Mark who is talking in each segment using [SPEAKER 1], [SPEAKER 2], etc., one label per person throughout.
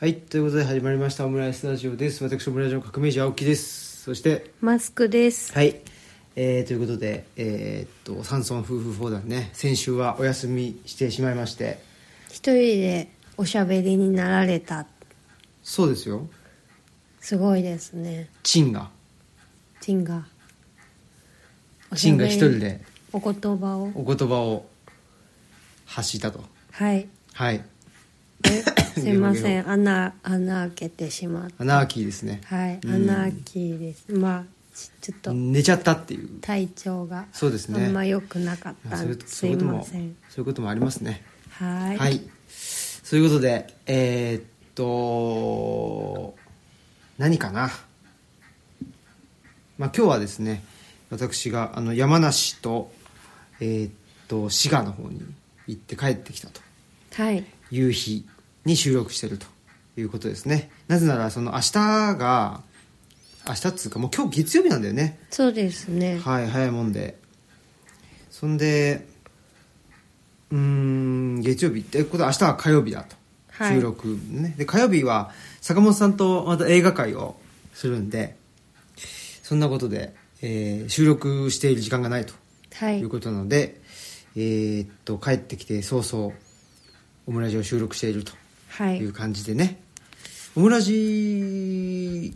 [SPEAKER 1] はい、ということで始まりましたオムライスラジオです。私、オムライスの革命児青木です。そして、
[SPEAKER 2] マスクです。
[SPEAKER 1] はい、えー、ということで、えーっと、山村夫婦砲弾ね、先週はお休みしてしまいまして、
[SPEAKER 2] 一人でおしゃべりになられた。
[SPEAKER 1] そうですよ、
[SPEAKER 2] すごいですね。
[SPEAKER 1] チンが、
[SPEAKER 2] チンが。
[SPEAKER 1] チンが一人で。
[SPEAKER 2] お言葉を。
[SPEAKER 1] お言葉を発したと。
[SPEAKER 2] はい。
[SPEAKER 1] はい、
[SPEAKER 2] えすいません。穴、穴開けてしまっ
[SPEAKER 1] アナーキーですね。
[SPEAKER 2] た。はい。
[SPEAKER 1] うん
[SPEAKER 2] 穴開きです。まあ、ちちょっと
[SPEAKER 1] 寝ちゃったっていう。
[SPEAKER 2] 体調が。
[SPEAKER 1] そうですね
[SPEAKER 2] あんま良くなかった
[SPEAKER 1] そうい
[SPEAKER 2] ん
[SPEAKER 1] う
[SPEAKER 2] で。す
[SPEAKER 1] そうい
[SPEAKER 2] いう
[SPEAKER 1] こと
[SPEAKER 2] ま
[SPEAKER 1] も、そ
[SPEAKER 2] せん。
[SPEAKER 1] ういうこともありますね。
[SPEAKER 2] はい。
[SPEAKER 1] はい。そういうことで、えーっと、何かな。まあ今日はですね、私があの山梨と、えーっと、滋賀の方に行って帰ってきたと
[SPEAKER 2] はい。
[SPEAKER 1] いう日に収録してるということですね。なぜなら、その明日が、明日っつうか、もう今日月曜日なんだよね。
[SPEAKER 2] そうですね。
[SPEAKER 1] はい早いもんでそんでうーん月曜日ってことは明日は火曜日だと、
[SPEAKER 2] はい
[SPEAKER 1] 収録ねで火曜日は坂本さんとまた映画会をするんでそんなことで、えー収録している時間がないと。
[SPEAKER 2] はいいう
[SPEAKER 1] ことなので、えーっと帰ってきて早々オムラジを収録していると
[SPEAKER 2] は
[SPEAKER 1] いう
[SPEAKER 2] い。
[SPEAKER 1] 感じでね、オムラジ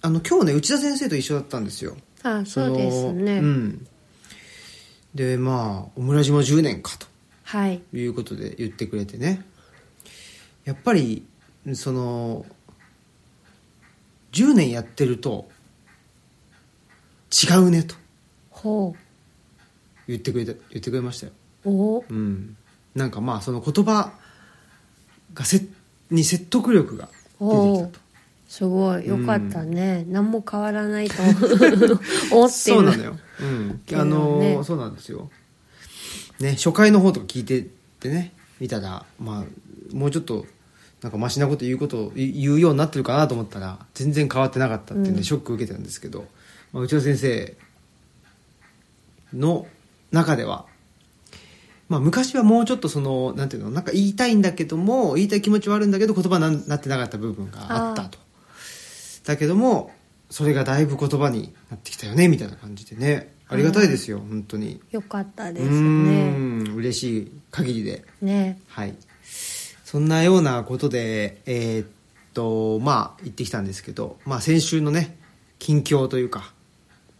[SPEAKER 1] あの今日ね内田先生と一緒だったんですよ
[SPEAKER 2] あ、そうですね。
[SPEAKER 1] そのうん、でまあオムラジも10年か
[SPEAKER 2] はい。
[SPEAKER 1] ということで言ってくれてねやっぱりその10年やってると違うねと
[SPEAKER 2] ほ
[SPEAKER 1] 言ってくれた言ってくれましたよ、
[SPEAKER 2] う。おお。
[SPEAKER 1] うん、なんかまあその言葉がせに説得力が出てきたと
[SPEAKER 2] すごいよかったね、何も変わらな いと思って
[SPEAKER 1] そうなのよ、う
[SPEAKER 2] け
[SPEAKER 1] ん、
[SPEAKER 2] ど
[SPEAKER 1] あ
[SPEAKER 2] ね
[SPEAKER 1] のそうなんですよ、ね、初回の方とか聞いててね見たら、まあ、もうちょっとなんかマシなこと言うことい言うようになってるかなと思ったら全然変わってなかったっていうんでショック受けたんですけど、まあ、内田先生の中では、まあ、昔はもうちょっとそのなんていうのなんか言いたいんだけども言いたい気持ちはあるんだけど言葉にななってなかった部分があったと。だけどもそれがだいぶ言葉になってきたよねみたいな感じでねありがたいですよ、本当に
[SPEAKER 2] よかったで
[SPEAKER 1] う
[SPEAKER 2] すね
[SPEAKER 1] ーん嬉しい限りで
[SPEAKER 2] ね
[SPEAKER 1] はいそんなようなことでえーっとまあ行ってきたんですけど、まあ、先週のね近況というか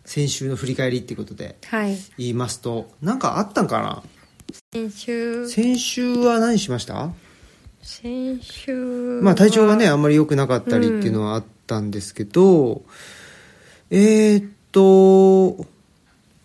[SPEAKER 1] 先週の振り返りっていうことで
[SPEAKER 2] はい
[SPEAKER 1] 言いますと何かあったんかな
[SPEAKER 2] 先週
[SPEAKER 1] 先週は何しました
[SPEAKER 2] 先週は
[SPEAKER 1] まあ、体調がねあんまり良くなかったりっていうのはあったんですけど、えーっと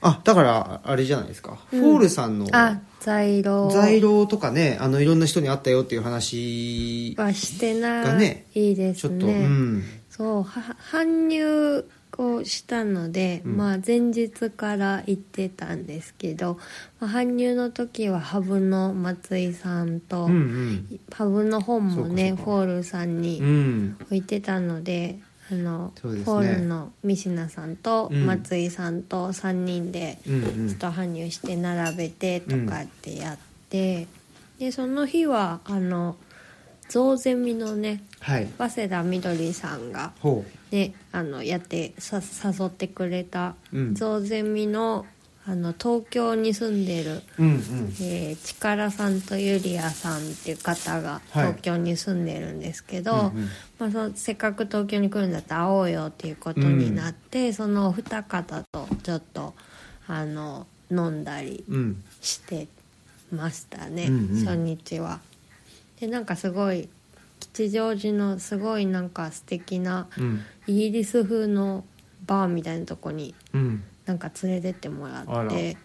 [SPEAKER 1] あだからあれじゃないですか、フォールさんの
[SPEAKER 2] あ在廊
[SPEAKER 1] 在廊とかねあのいろんな人に会ったよっていう話
[SPEAKER 2] はして
[SPEAKER 1] が
[SPEAKER 2] ない、
[SPEAKER 1] ね
[SPEAKER 2] いいで
[SPEAKER 1] ち
[SPEAKER 2] す
[SPEAKER 1] ょっ
[SPEAKER 2] ね
[SPEAKER 1] と、うん
[SPEAKER 2] そうは搬入をしたので、
[SPEAKER 1] うん
[SPEAKER 2] まあ、前日から行ってたんですけど、まあ、搬入の時はハブの松井さんと、
[SPEAKER 1] うんうん
[SPEAKER 2] ハブの本もね
[SPEAKER 1] そうかそうか
[SPEAKER 2] フォールさんに
[SPEAKER 1] うん
[SPEAKER 2] 置いてたのであの
[SPEAKER 1] そうですね
[SPEAKER 2] ホールの三品さんと
[SPEAKER 1] うん
[SPEAKER 2] 松井さんと3人で
[SPEAKER 1] うんう
[SPEAKER 2] ちょ
[SPEAKER 1] ん
[SPEAKER 2] っと搬入して並べてとかってやって、でその日はあのゾウゼミのね
[SPEAKER 1] はい
[SPEAKER 2] 早稲田みどりさんが、
[SPEAKER 1] ほ
[SPEAKER 2] ね、あのやってさ誘ってくれた
[SPEAKER 1] うん
[SPEAKER 2] ゾウゼミのあの東京に住んでる
[SPEAKER 1] ううんうん
[SPEAKER 2] えー、チカラさんとユリアさんっていう方が
[SPEAKER 1] はい
[SPEAKER 2] 東京に住んでるんですけど、
[SPEAKER 1] うんうん
[SPEAKER 2] まあ、そのせっかく東京に来るんだったら会おうよっていうことになって、そのお二方とちょっとあの飲んだり
[SPEAKER 1] うん
[SPEAKER 2] してましたね、
[SPEAKER 1] うんうん
[SPEAKER 2] 初日は。でなんかすごい吉祥寺のすごいなんか素敵な
[SPEAKER 1] うん
[SPEAKER 2] イギリス風のバーみたいなとこに
[SPEAKER 1] うん
[SPEAKER 2] なんか連れてってもら
[SPEAKER 1] あ
[SPEAKER 2] っ
[SPEAKER 1] ら
[SPEAKER 2] て。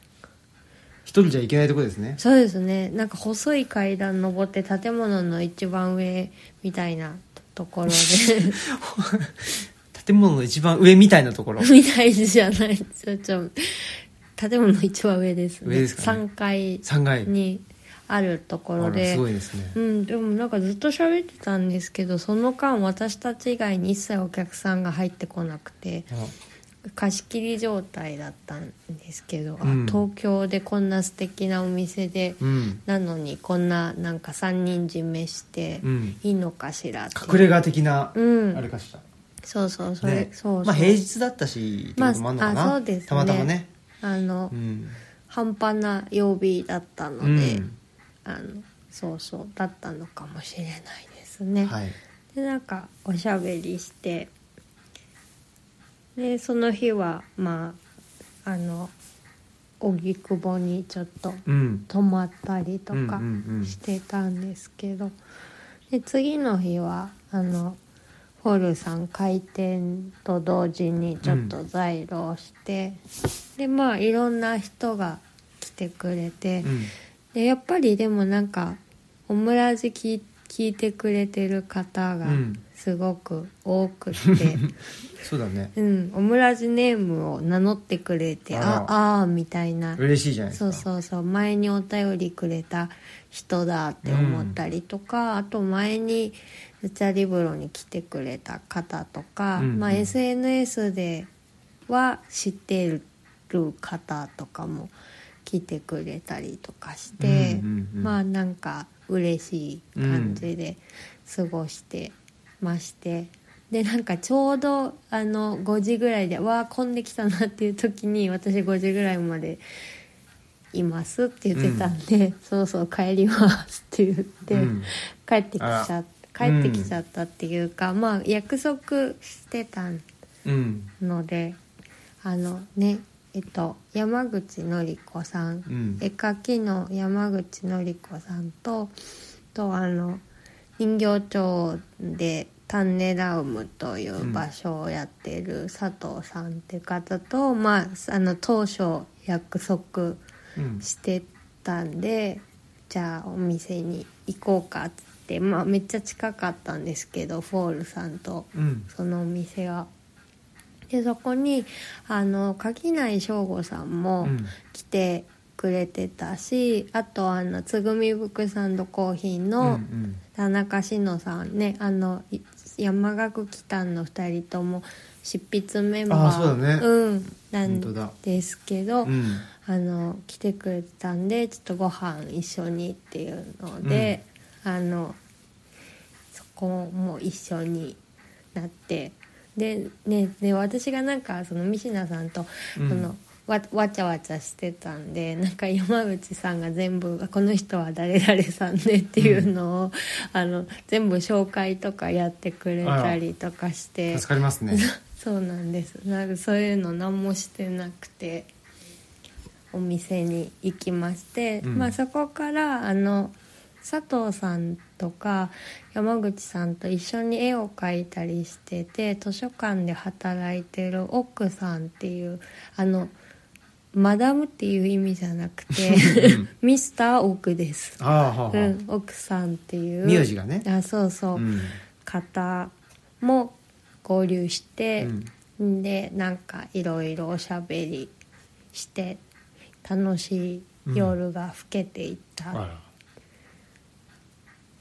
[SPEAKER 1] 一人じゃいけないとこですね
[SPEAKER 2] そうですねなんか細い階段登って建物の一番上みたいなところで
[SPEAKER 1] 建物の一番上みたいなところ
[SPEAKER 2] みたいじゃないちょちょ建物の一番上ですね
[SPEAKER 1] 上ですかね
[SPEAKER 2] 3階
[SPEAKER 1] 3階
[SPEAKER 2] にあるとこ
[SPEAKER 1] あ
[SPEAKER 2] ろ
[SPEAKER 1] ら
[SPEAKER 2] です
[SPEAKER 1] ごいですね
[SPEAKER 2] うん、でもなんかずっと喋ってたんですけどその間私たち以外に一切お客さんが入ってこなくて
[SPEAKER 1] あ
[SPEAKER 2] 貸し切り状態だったんですけど、あ
[SPEAKER 1] うん
[SPEAKER 2] 東京でこんな素敵なお店で、
[SPEAKER 1] うん
[SPEAKER 2] なのにこんななんか3人占めして
[SPEAKER 1] うん
[SPEAKER 2] いいのかしらっていう
[SPEAKER 1] 隠れ家的な、
[SPEAKER 2] うん
[SPEAKER 1] あれかしら、
[SPEAKER 2] そうそうそれ、
[SPEAKER 1] ね
[SPEAKER 2] そうそう
[SPEAKER 1] まあ平日だったしってこともあんのかな、
[SPEAKER 2] まああそうですね
[SPEAKER 1] たまたまね
[SPEAKER 2] あの、
[SPEAKER 1] うん、
[SPEAKER 2] 半端な曜日だったの
[SPEAKER 1] う
[SPEAKER 2] で、
[SPEAKER 1] ん
[SPEAKER 2] あのそうそうだったのかもしれないですね、
[SPEAKER 1] はい
[SPEAKER 2] でなんかおしゃべりしてでその日はまああの荻窪にちょっと
[SPEAKER 1] うん
[SPEAKER 2] 泊まったりと
[SPEAKER 1] うんうん
[SPEAKER 2] か
[SPEAKER 1] うん
[SPEAKER 2] してたんですけど、で次の日はあのホールさん開店と同時にちょっと在路をして、でまあいろんな人が来てくれて、
[SPEAKER 1] うん
[SPEAKER 2] でやっぱりでもなんかオムラジ聞い聞いてくれてる方が
[SPEAKER 1] うん
[SPEAKER 2] すごく多く て、
[SPEAKER 1] そうだね
[SPEAKER 2] うんオムラジネームを名乗ってくれて
[SPEAKER 1] あ
[SPEAKER 2] あ
[SPEAKER 1] ら
[SPEAKER 2] あーみたいな
[SPEAKER 1] 嬉しいじゃないです
[SPEAKER 2] そ
[SPEAKER 1] か
[SPEAKER 2] うそうそう前にお便りくれた人だって思ったりとか、あと前に「ルチャリブロ」に来てくれた方とか、
[SPEAKER 1] うんうん
[SPEAKER 2] まあ、SNS では知ってる方とかも来てくれたりとかして、
[SPEAKER 1] うんうんうん
[SPEAKER 2] まあなんか嬉しい感じで過ごしてまして。でなんかちょうどあの5時ぐらいで「わあ混んできたな」っていう時に私5時ぐらいまでいますって言ってたんで、そうそう帰りますって言って、
[SPEAKER 1] うん
[SPEAKER 2] 帰ってきちゃっ
[SPEAKER 1] あら
[SPEAKER 2] 帰ってきちゃったっていうか、まあ約束してた
[SPEAKER 1] うん
[SPEAKER 2] のであのねえっと山口のり子さん、
[SPEAKER 1] うん
[SPEAKER 2] 絵描きの山口のり子さんととあの人形町でタンネラウムという場所をやってる佐藤さんって方と、まああの当初約束
[SPEAKER 1] うん
[SPEAKER 2] してたんでじゃあお店に行こうかっつって、まあ、めっちゃ近かったんですけどフォールさんと
[SPEAKER 1] うん
[SPEAKER 2] そのお店が。でそこにあの垣内省吾さんも
[SPEAKER 1] うん
[SPEAKER 2] 来てくれてたし、あとあのつぐみブックサンドコーヒー
[SPEAKER 1] うんう
[SPEAKER 2] の
[SPEAKER 1] ん
[SPEAKER 2] 田中志乃さんねあのい山岳北の2人とも執筆メンバー
[SPEAKER 1] あーそうだね
[SPEAKER 2] うん、な
[SPEAKER 1] 本当だ
[SPEAKER 2] んですけど、
[SPEAKER 1] うん
[SPEAKER 2] あの来てくれてたんでちょっとご飯一緒にっていうので、あのそこも一緒になってで,、ね、で私がなんかそのミシナさんとそ
[SPEAKER 1] うん
[SPEAKER 2] の、わわちゃわちゃしてたんでなんか山口さんが全部あ「この人は誰々さんね」っていうのを、あの全部紹介とかやってくれたりとかして
[SPEAKER 1] 助かります ね
[SPEAKER 2] そうなんですなんかそういうの何もしてなくてお店に行きまして、
[SPEAKER 1] うん
[SPEAKER 2] まあ、そこからあの佐藤さんとか山口さんと一緒に絵を描いたりしてて図書館で働いてる奥さんっていうあのマダムっていう意味じゃなくて ミスター奥です、
[SPEAKER 1] ああはあはあ
[SPEAKER 2] うん、奥さんっていう
[SPEAKER 1] 名字がね
[SPEAKER 2] あそうそう、
[SPEAKER 1] うん
[SPEAKER 2] 方も合流して、でなんかいろいろおしゃべりして楽しい夜が更けていった、
[SPEAKER 1] あら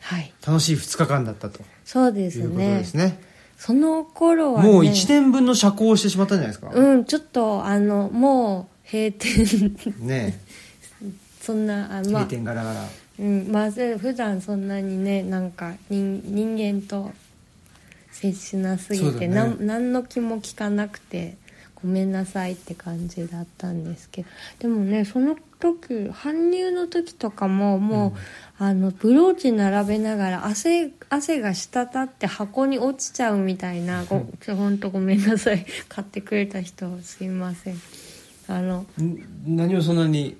[SPEAKER 2] はい
[SPEAKER 1] 楽しい2日間だったと
[SPEAKER 2] そうです
[SPEAKER 1] いうこと
[SPEAKER 2] ね
[SPEAKER 1] ですね
[SPEAKER 2] その頃は、ね、
[SPEAKER 1] もう1年分の社交をしてしまったんじゃないですか、
[SPEAKER 2] うんちょっとあのもう閉店
[SPEAKER 1] ね
[SPEAKER 2] そんな
[SPEAKER 1] え
[SPEAKER 2] あま
[SPEAKER 1] 閉
[SPEAKER 2] あ
[SPEAKER 1] 店ガラガラ
[SPEAKER 2] うんまず普段そんなにねなんか人人間と接しなすぎ
[SPEAKER 1] そうだ
[SPEAKER 2] て、
[SPEAKER 1] ね
[SPEAKER 2] なん何の気も利かなくてごめんなさいって感じだったんですけどでもねその時搬入の時とかももう、あのブローチ並べながら汗汗が滴って箱に落ちちゃうみたい なごちょほんとごめんなさい買ってくれた人すいませんあの
[SPEAKER 1] ん何をそんなに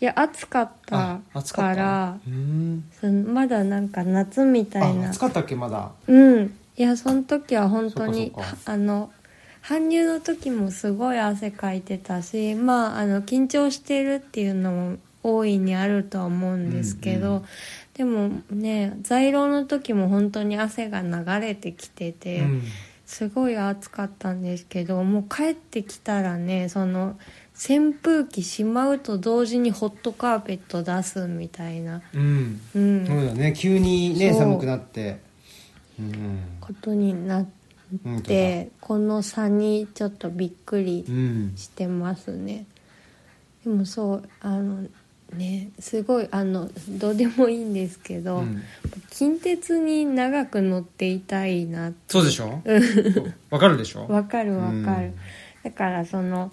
[SPEAKER 2] いや暑かった
[SPEAKER 1] あ暑か
[SPEAKER 2] か
[SPEAKER 1] った
[SPEAKER 2] ら。
[SPEAKER 1] うん
[SPEAKER 2] そのまだなんか夏みたい
[SPEAKER 1] あ
[SPEAKER 2] な
[SPEAKER 1] 暑かったっけまだ
[SPEAKER 2] うんいやその時は本当に
[SPEAKER 1] そうかそう
[SPEAKER 2] あの搬入の時もすごい汗かいてたしまああの緊張してるっていうのも大いにあるとは思うんですけど、
[SPEAKER 1] うんうん
[SPEAKER 2] でもね在廊の時も本当に汗が流れてきてて、
[SPEAKER 1] うん
[SPEAKER 2] すごい暑かったんですけどもう帰ってきたらねその扇風機しまうと同時にホットカーペット出すみたいな、
[SPEAKER 1] うん
[SPEAKER 2] うん、
[SPEAKER 1] そうだね急にね
[SPEAKER 2] そう
[SPEAKER 1] 寒くなってうん
[SPEAKER 2] ことになっ
[SPEAKER 1] 本当だ
[SPEAKER 2] でこの差にちょっとびっくり
[SPEAKER 1] うん
[SPEAKER 2] してますねでもそうあのねすごいあのどうでもいいんですけど、
[SPEAKER 1] うん
[SPEAKER 2] 近鉄に長く乗っていたいな
[SPEAKER 1] そうでしょわかるで しょ
[SPEAKER 2] わかるわかる、
[SPEAKER 1] うん
[SPEAKER 2] だからその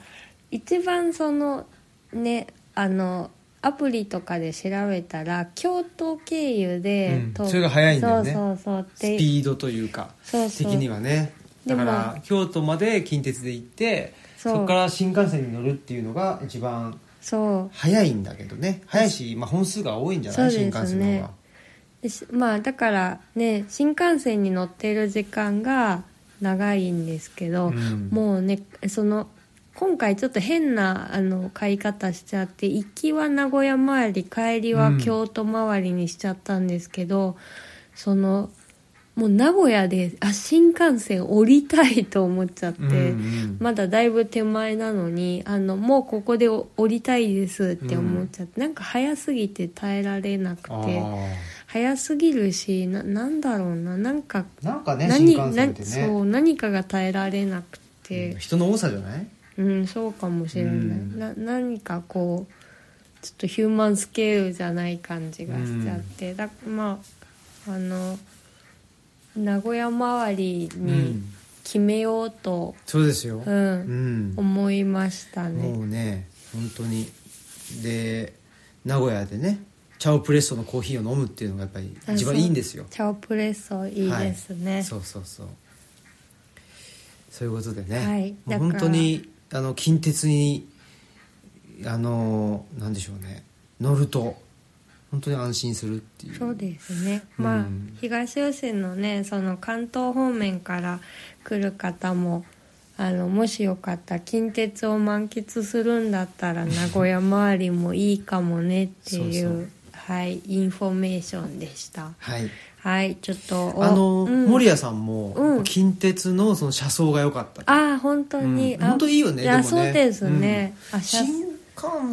[SPEAKER 2] 一番そのねあのアプリとかで調べたら京都経由で、
[SPEAKER 1] うん
[SPEAKER 2] と
[SPEAKER 1] それが早いんだよね
[SPEAKER 2] そうそうそうっ
[SPEAKER 1] ス
[SPEAKER 2] て
[SPEAKER 1] ピードというか
[SPEAKER 2] そうそう
[SPEAKER 1] 的にはね
[SPEAKER 2] で
[SPEAKER 1] だ
[SPEAKER 2] も
[SPEAKER 1] から京都まで近鉄で行って
[SPEAKER 2] そう
[SPEAKER 1] そこから新幹線に乗るっていうのが一番
[SPEAKER 2] そう
[SPEAKER 1] 早いんだけどね早いし、まあ、本数が多いんじゃない、
[SPEAKER 2] そう
[SPEAKER 1] 新
[SPEAKER 2] ですね
[SPEAKER 1] 幹線の方が
[SPEAKER 2] でしまあだからね新幹線に乗ってる時間が長いんですけど、
[SPEAKER 1] うん
[SPEAKER 2] もうねその今回ちょっと変なあの買い方しちゃって行きは名古屋回り帰りは京都回りにしちゃったんですけど、そのもう名古屋であ新幹線降りたいと思っちゃって。
[SPEAKER 1] うんうん
[SPEAKER 2] まだだいぶ手前なのにあのもうここで降りたいですって思っちゃって、なんか早すぎて耐えられなく
[SPEAKER 1] あ
[SPEAKER 2] て
[SPEAKER 1] ー
[SPEAKER 2] 早すぎるしななんだろうななんか
[SPEAKER 1] なんかね
[SPEAKER 2] 何,
[SPEAKER 1] 新幹
[SPEAKER 2] な
[SPEAKER 1] 線っ
[SPEAKER 2] ん、
[SPEAKER 1] て
[SPEAKER 2] そ
[SPEAKER 1] ね、
[SPEAKER 2] う何かが耐えられなく
[SPEAKER 1] う
[SPEAKER 2] て
[SPEAKER 1] ん人の多さじゃない
[SPEAKER 2] うん、そうかもしれない、
[SPEAKER 1] うん
[SPEAKER 2] な何かこうちょっとヒューマンスケールじゃない感じがしちゃって、だまああの名古屋周りに決めようと、
[SPEAKER 1] そうですよ、
[SPEAKER 2] うん
[SPEAKER 1] うん
[SPEAKER 2] 思いました
[SPEAKER 1] も
[SPEAKER 2] ね
[SPEAKER 1] うね本当にで名古屋でねチャオプレッソのコーヒーを飲むっていうのがやっぱり一番いいんですよ
[SPEAKER 2] チャオプレッソいいですね、
[SPEAKER 1] そうそうそうそういうことで
[SPEAKER 2] は
[SPEAKER 1] ね
[SPEAKER 2] い、
[SPEAKER 1] も
[SPEAKER 2] だ
[SPEAKER 1] う
[SPEAKER 2] から
[SPEAKER 1] 本当にあの近鉄にあのなんでしょうね乗ると本当に安心するっていう
[SPEAKER 2] そうですね、
[SPEAKER 1] うん
[SPEAKER 2] まあ東吉野のねその関東方面から来る方もあのもしよかったら近鉄を満喫するんだった ら名古屋周りもいいかもねっていう
[SPEAKER 1] そうそう
[SPEAKER 2] はいインフォメーションでした
[SPEAKER 1] はい
[SPEAKER 2] はいちょっとお
[SPEAKER 1] あの、
[SPEAKER 2] うん
[SPEAKER 1] 守屋さんも、
[SPEAKER 2] うん
[SPEAKER 1] 近鉄のその車窓が良かったって
[SPEAKER 2] ああ本当に、
[SPEAKER 1] うん
[SPEAKER 2] あ
[SPEAKER 1] 本当いいよね
[SPEAKER 2] や
[SPEAKER 1] でもね
[SPEAKER 2] そうですね、あしゃ
[SPEAKER 1] 新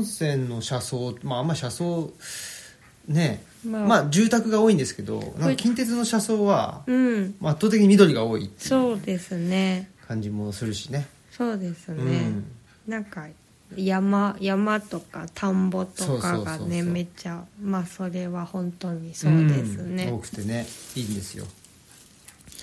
[SPEAKER 1] 幹線の車窓まああんま車窓ね
[SPEAKER 2] ま
[SPEAKER 1] ま
[SPEAKER 2] あ
[SPEAKER 1] あ、住宅が多いんですけどなんか近鉄の車窓は
[SPEAKER 2] うん
[SPEAKER 1] まあ圧倒的に緑が多い
[SPEAKER 2] そうですね
[SPEAKER 1] 感じもするしね
[SPEAKER 2] そうですね、
[SPEAKER 1] うん
[SPEAKER 2] なんか山山とか田んぼとか
[SPEAKER 1] そうそう
[SPEAKER 2] が
[SPEAKER 1] そうそ
[SPEAKER 2] ね
[SPEAKER 1] う
[SPEAKER 2] めっちゃまあそれは本当にそうですね、
[SPEAKER 1] うん多くてねいいんですよ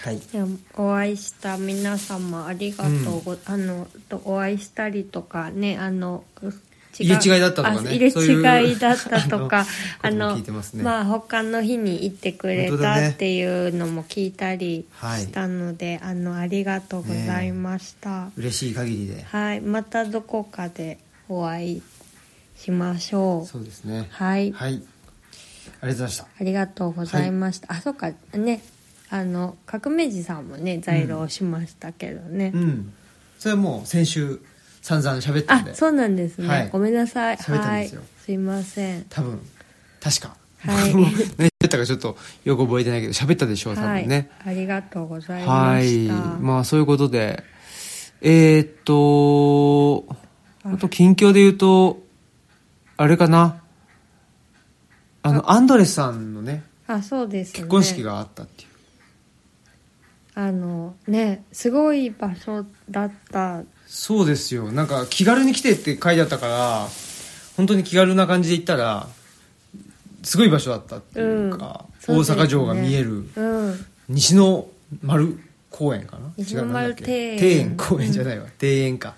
[SPEAKER 1] はい
[SPEAKER 2] でもお会いした皆様ありがとうご、あのとお会いしたりとかねあのう
[SPEAKER 1] 入れ違いだったとかね
[SPEAKER 2] あ入れ
[SPEAKER 1] そういう
[SPEAKER 2] 違いだったとかあ
[SPEAKER 1] あの
[SPEAKER 2] の
[SPEAKER 1] ことも聞いてますね
[SPEAKER 2] まあ他の日に行ってくれ
[SPEAKER 1] 本当だ
[SPEAKER 2] た
[SPEAKER 1] ね
[SPEAKER 2] っていうのも聞いたり
[SPEAKER 1] はい
[SPEAKER 2] したので、あのありがとうございました、
[SPEAKER 1] 嬉しい限りで
[SPEAKER 2] はい、またどこかでお会いしましょう。
[SPEAKER 1] そうですね
[SPEAKER 2] はい、
[SPEAKER 1] はいありがとうございました
[SPEAKER 2] ありがとうございました。あ、そうか、ね、あの革命児さんもね、在労しましたけどね。
[SPEAKER 1] うんそれはもう先週散々喋ったん
[SPEAKER 2] あ
[SPEAKER 1] で、
[SPEAKER 2] そうなんですね。
[SPEAKER 1] はい
[SPEAKER 2] ごめんなさい。
[SPEAKER 1] 喋ったん
[SPEAKER 2] は
[SPEAKER 1] で
[SPEAKER 2] い、
[SPEAKER 1] すよ
[SPEAKER 2] すいません。
[SPEAKER 1] 多分確か
[SPEAKER 2] はい
[SPEAKER 1] 僕も 何喋ったかちょっとよく覚えてないけど喋ったでしょう多
[SPEAKER 2] はい、
[SPEAKER 1] 分ね
[SPEAKER 2] ありがとうございま
[SPEAKER 1] は
[SPEAKER 2] し
[SPEAKER 1] い
[SPEAKER 2] た。
[SPEAKER 1] まあそういうことでえー、っとあと近況で言うとあれかなあのアンドレスさんのね
[SPEAKER 2] あ、そうですね。
[SPEAKER 1] 結婚式があったっていう、
[SPEAKER 2] あのね、すごい場所だった。
[SPEAKER 1] そうですよなんか気軽に来てって書いてあったから本当に気軽な感じで行ったらすごい場所だったっていうか、
[SPEAKER 2] うん
[SPEAKER 1] 大
[SPEAKER 2] そうですね
[SPEAKER 1] 阪城が見える
[SPEAKER 2] うん。
[SPEAKER 1] 西の丸公園かな
[SPEAKER 2] 西の丸
[SPEAKER 1] 違うなんだっけ
[SPEAKER 2] 庭園
[SPEAKER 1] 庭園公園じゃないわ、庭園か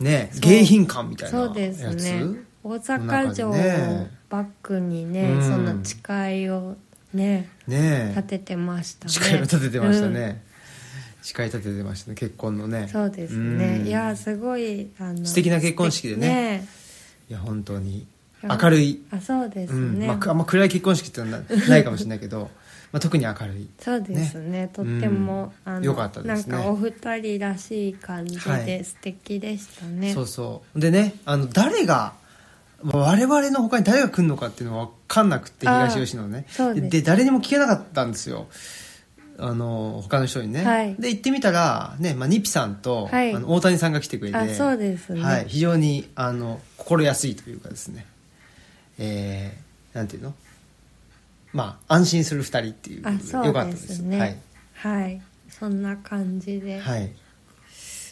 [SPEAKER 1] ね
[SPEAKER 2] そう
[SPEAKER 1] 迎賓館みたいなやつ
[SPEAKER 2] そうですね大阪城を
[SPEAKER 1] の中でね
[SPEAKER 2] バックにね
[SPEAKER 1] うん
[SPEAKER 2] その誓いをね
[SPEAKER 1] ね
[SPEAKER 2] 立ててましたね
[SPEAKER 1] 誓いを立ててましたね、誓い立ててましたね結婚の
[SPEAKER 2] う
[SPEAKER 1] ね
[SPEAKER 2] んそうです
[SPEAKER 1] うん
[SPEAKER 2] ねいやすごいあの
[SPEAKER 1] 素敵な結婚式でねいや本当に明るい
[SPEAKER 2] あそうです
[SPEAKER 1] うん
[SPEAKER 2] ね、
[SPEAKER 1] まあく、あんま暗い結婚式ってのはなないかもしれないけど、 まあ、特に明るい
[SPEAKER 2] そうですねとっても、
[SPEAKER 1] うん
[SPEAKER 2] あの
[SPEAKER 1] よかったですね
[SPEAKER 2] なんかお二人らしい感じ
[SPEAKER 1] は
[SPEAKER 2] で
[SPEAKER 1] い
[SPEAKER 2] 素敵でしたね、
[SPEAKER 1] そうそうでねあの誰が我々の他に誰が来るのかっていうのは分かんなくて
[SPEAKER 2] あー
[SPEAKER 1] 東吉野のね
[SPEAKER 2] そうです
[SPEAKER 1] で誰にも聞けなかったんですよあの他の人にね、
[SPEAKER 2] はい
[SPEAKER 1] で行ってみたら、ねまあ、ニピさんと、
[SPEAKER 2] はい
[SPEAKER 1] あの大谷さんが来てくれて
[SPEAKER 2] あそうですね
[SPEAKER 1] はい、非常にあの心安いというかですねえー、なんていうのまあ安心する二人っていうこ
[SPEAKER 2] あ
[SPEAKER 1] とで
[SPEAKER 2] そう
[SPEAKER 1] よかったで
[SPEAKER 2] ですすね
[SPEAKER 1] はい、
[SPEAKER 2] はいそんな感じで、
[SPEAKER 1] はい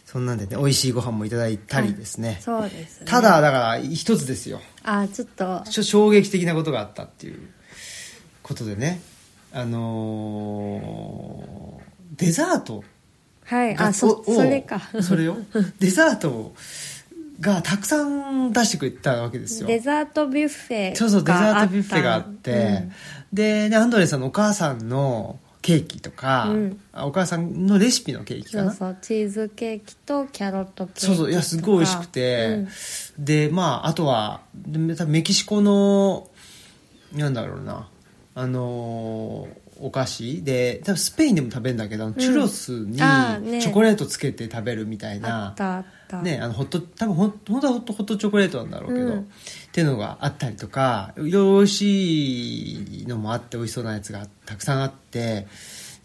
[SPEAKER 1] そんなんでね美味しいご飯もいただいたりですね、
[SPEAKER 2] そうです、ね、
[SPEAKER 1] ただだから一つですよ
[SPEAKER 2] あちょっと
[SPEAKER 1] ちょ衝撃的なことがあったっていうことでねあのーデザート
[SPEAKER 2] はい
[SPEAKER 1] が
[SPEAKER 2] あそ
[SPEAKER 1] お
[SPEAKER 2] それか
[SPEAKER 1] それをデザートをがたくさん出してくれたわけですよ
[SPEAKER 2] デザートビュッフェ
[SPEAKER 1] そうそうデザ
[SPEAKER 2] が
[SPEAKER 1] ー
[SPEAKER 2] あった
[SPEAKER 1] トビュッフェがあって、
[SPEAKER 2] うん
[SPEAKER 1] でねアンドレさんのお母さんのケーキとか、
[SPEAKER 2] うん
[SPEAKER 1] あお母さんのレシピのケーキか
[SPEAKER 2] そう
[SPEAKER 1] な
[SPEAKER 2] そうチーズケーキとキャロットケーキと
[SPEAKER 1] そ
[SPEAKER 2] か
[SPEAKER 1] うそういやすごい美味しくて、でまああとはで多分メキシコのなんだろうなあのーお菓子で多分スペインでも食べるんだけど、あのチュロスにチ
[SPEAKER 2] あーね
[SPEAKER 1] ョコレートつけて食べるみたい
[SPEAKER 2] うんあ
[SPEAKER 1] な
[SPEAKER 2] っ、たあった
[SPEAKER 1] ね、あのホット多分ほん本当はホットホットチョコレートなんだろうけど、
[SPEAKER 2] うん
[SPEAKER 1] っていうのがあったりとかいろいろ美味しいのもあって美味しそうなやつがたくさんあって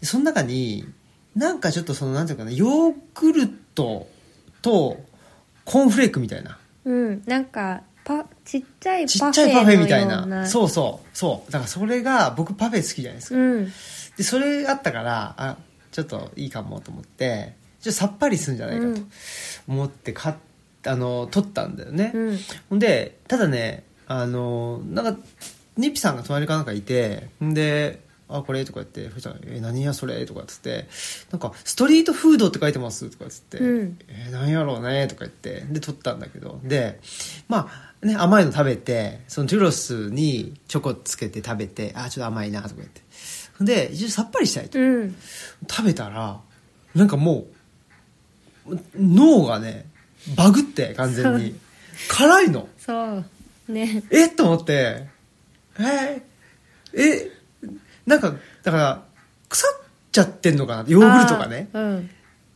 [SPEAKER 1] その中になんかちょっとそのなんていうかなヨーグルトとコーンフレークみたいな
[SPEAKER 2] うんなんかパちっちゃい
[SPEAKER 1] ちっ
[SPEAKER 2] パフ
[SPEAKER 1] ちゃいパフェみたい
[SPEAKER 2] ェのよ
[SPEAKER 1] な
[SPEAKER 2] うな
[SPEAKER 1] そうそうそうだからそれが僕パフェ好きじゃないですか、
[SPEAKER 2] うん
[SPEAKER 1] でそれあったからあちょっといいかもと思ってちょっとさっぱりするんじゃないかと思って買っあの取ったんだよね、
[SPEAKER 2] うん
[SPEAKER 1] ほんでただねあのなんかニッピさんが隣かなんかいてんで「あこれ」とか言って「ふたらえ何やそれ」とかっつって「なんかストリートフードって書いてます」とかっつって「
[SPEAKER 2] うん
[SPEAKER 1] え何やろうね」とか言ってで撮ったんだけどでまあね甘いの食べてそのジュロスにチョコつけて食べて「あちょっと甘いな」とか言ってほんで一応さっぱりしたいと
[SPEAKER 2] うん
[SPEAKER 1] 食べたらなんかもう脳がねバグって完全に辛いの
[SPEAKER 2] そうね
[SPEAKER 1] え っと思って、えーえ、なんか、だから、腐っちゃってんのかなヨーグルトがね。
[SPEAKER 2] あーうん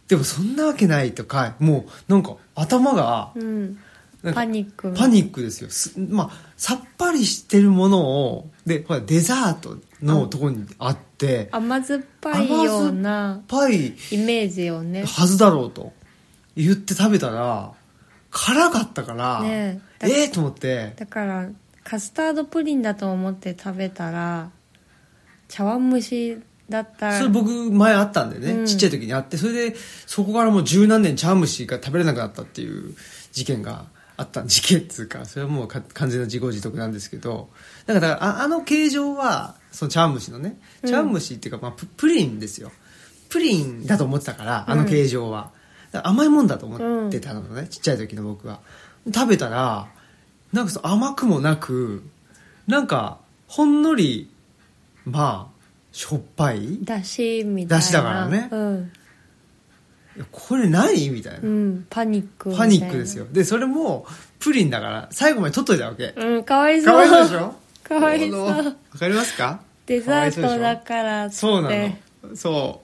[SPEAKER 1] でもそんなわけないとか、もうなんか頭が、
[SPEAKER 2] うん
[SPEAKER 1] なんか
[SPEAKER 2] パニック
[SPEAKER 1] パニックですよ。すまあ、さっぱりしてるものを、で、ほら、デザートのとこにあって、
[SPEAKER 2] 甘酸っぱいような
[SPEAKER 1] パイ
[SPEAKER 2] イメージをね
[SPEAKER 1] はずだろうと言って食べたら、辛かったから、
[SPEAKER 2] ねえ
[SPEAKER 1] えーと思って、
[SPEAKER 2] だからカスタードプリンだと思って食べたら茶碗蒸しだったら
[SPEAKER 1] それ僕前あったんでね、
[SPEAKER 2] うん
[SPEAKER 1] ちっちゃい時にあってそれでそこからもう十何年茶碗蒸しが食べれなくなったっていう事件があった事件っつうかそれはもうか完全な自業自得なんですけどだからだからああの形状はその茶碗蒸しのね
[SPEAKER 2] うん
[SPEAKER 1] 茶碗蒸しっていうか、まあ、ププリンですよプリンだと思ってたからあの形状は、だから甘いもんだと思ってたのね、ちっちゃい時の僕は食べたらなんかその甘くもなくなんかほんのりまあしょっぱい
[SPEAKER 2] だしみたいな
[SPEAKER 1] だしだからね
[SPEAKER 2] うん、
[SPEAKER 1] いやこれ何みたいな、
[SPEAKER 2] うん、パニックみた
[SPEAKER 1] パ
[SPEAKER 2] いな
[SPEAKER 1] ニックですよでそれもプリンだから最後まで取っといたわけ
[SPEAKER 2] うんかわいそう
[SPEAKER 1] かわいそうでしょ
[SPEAKER 2] かわいそう
[SPEAKER 1] あのわかりますか
[SPEAKER 2] デザートだ
[SPEAKER 1] ら
[SPEAKER 2] からって
[SPEAKER 1] そうなのそ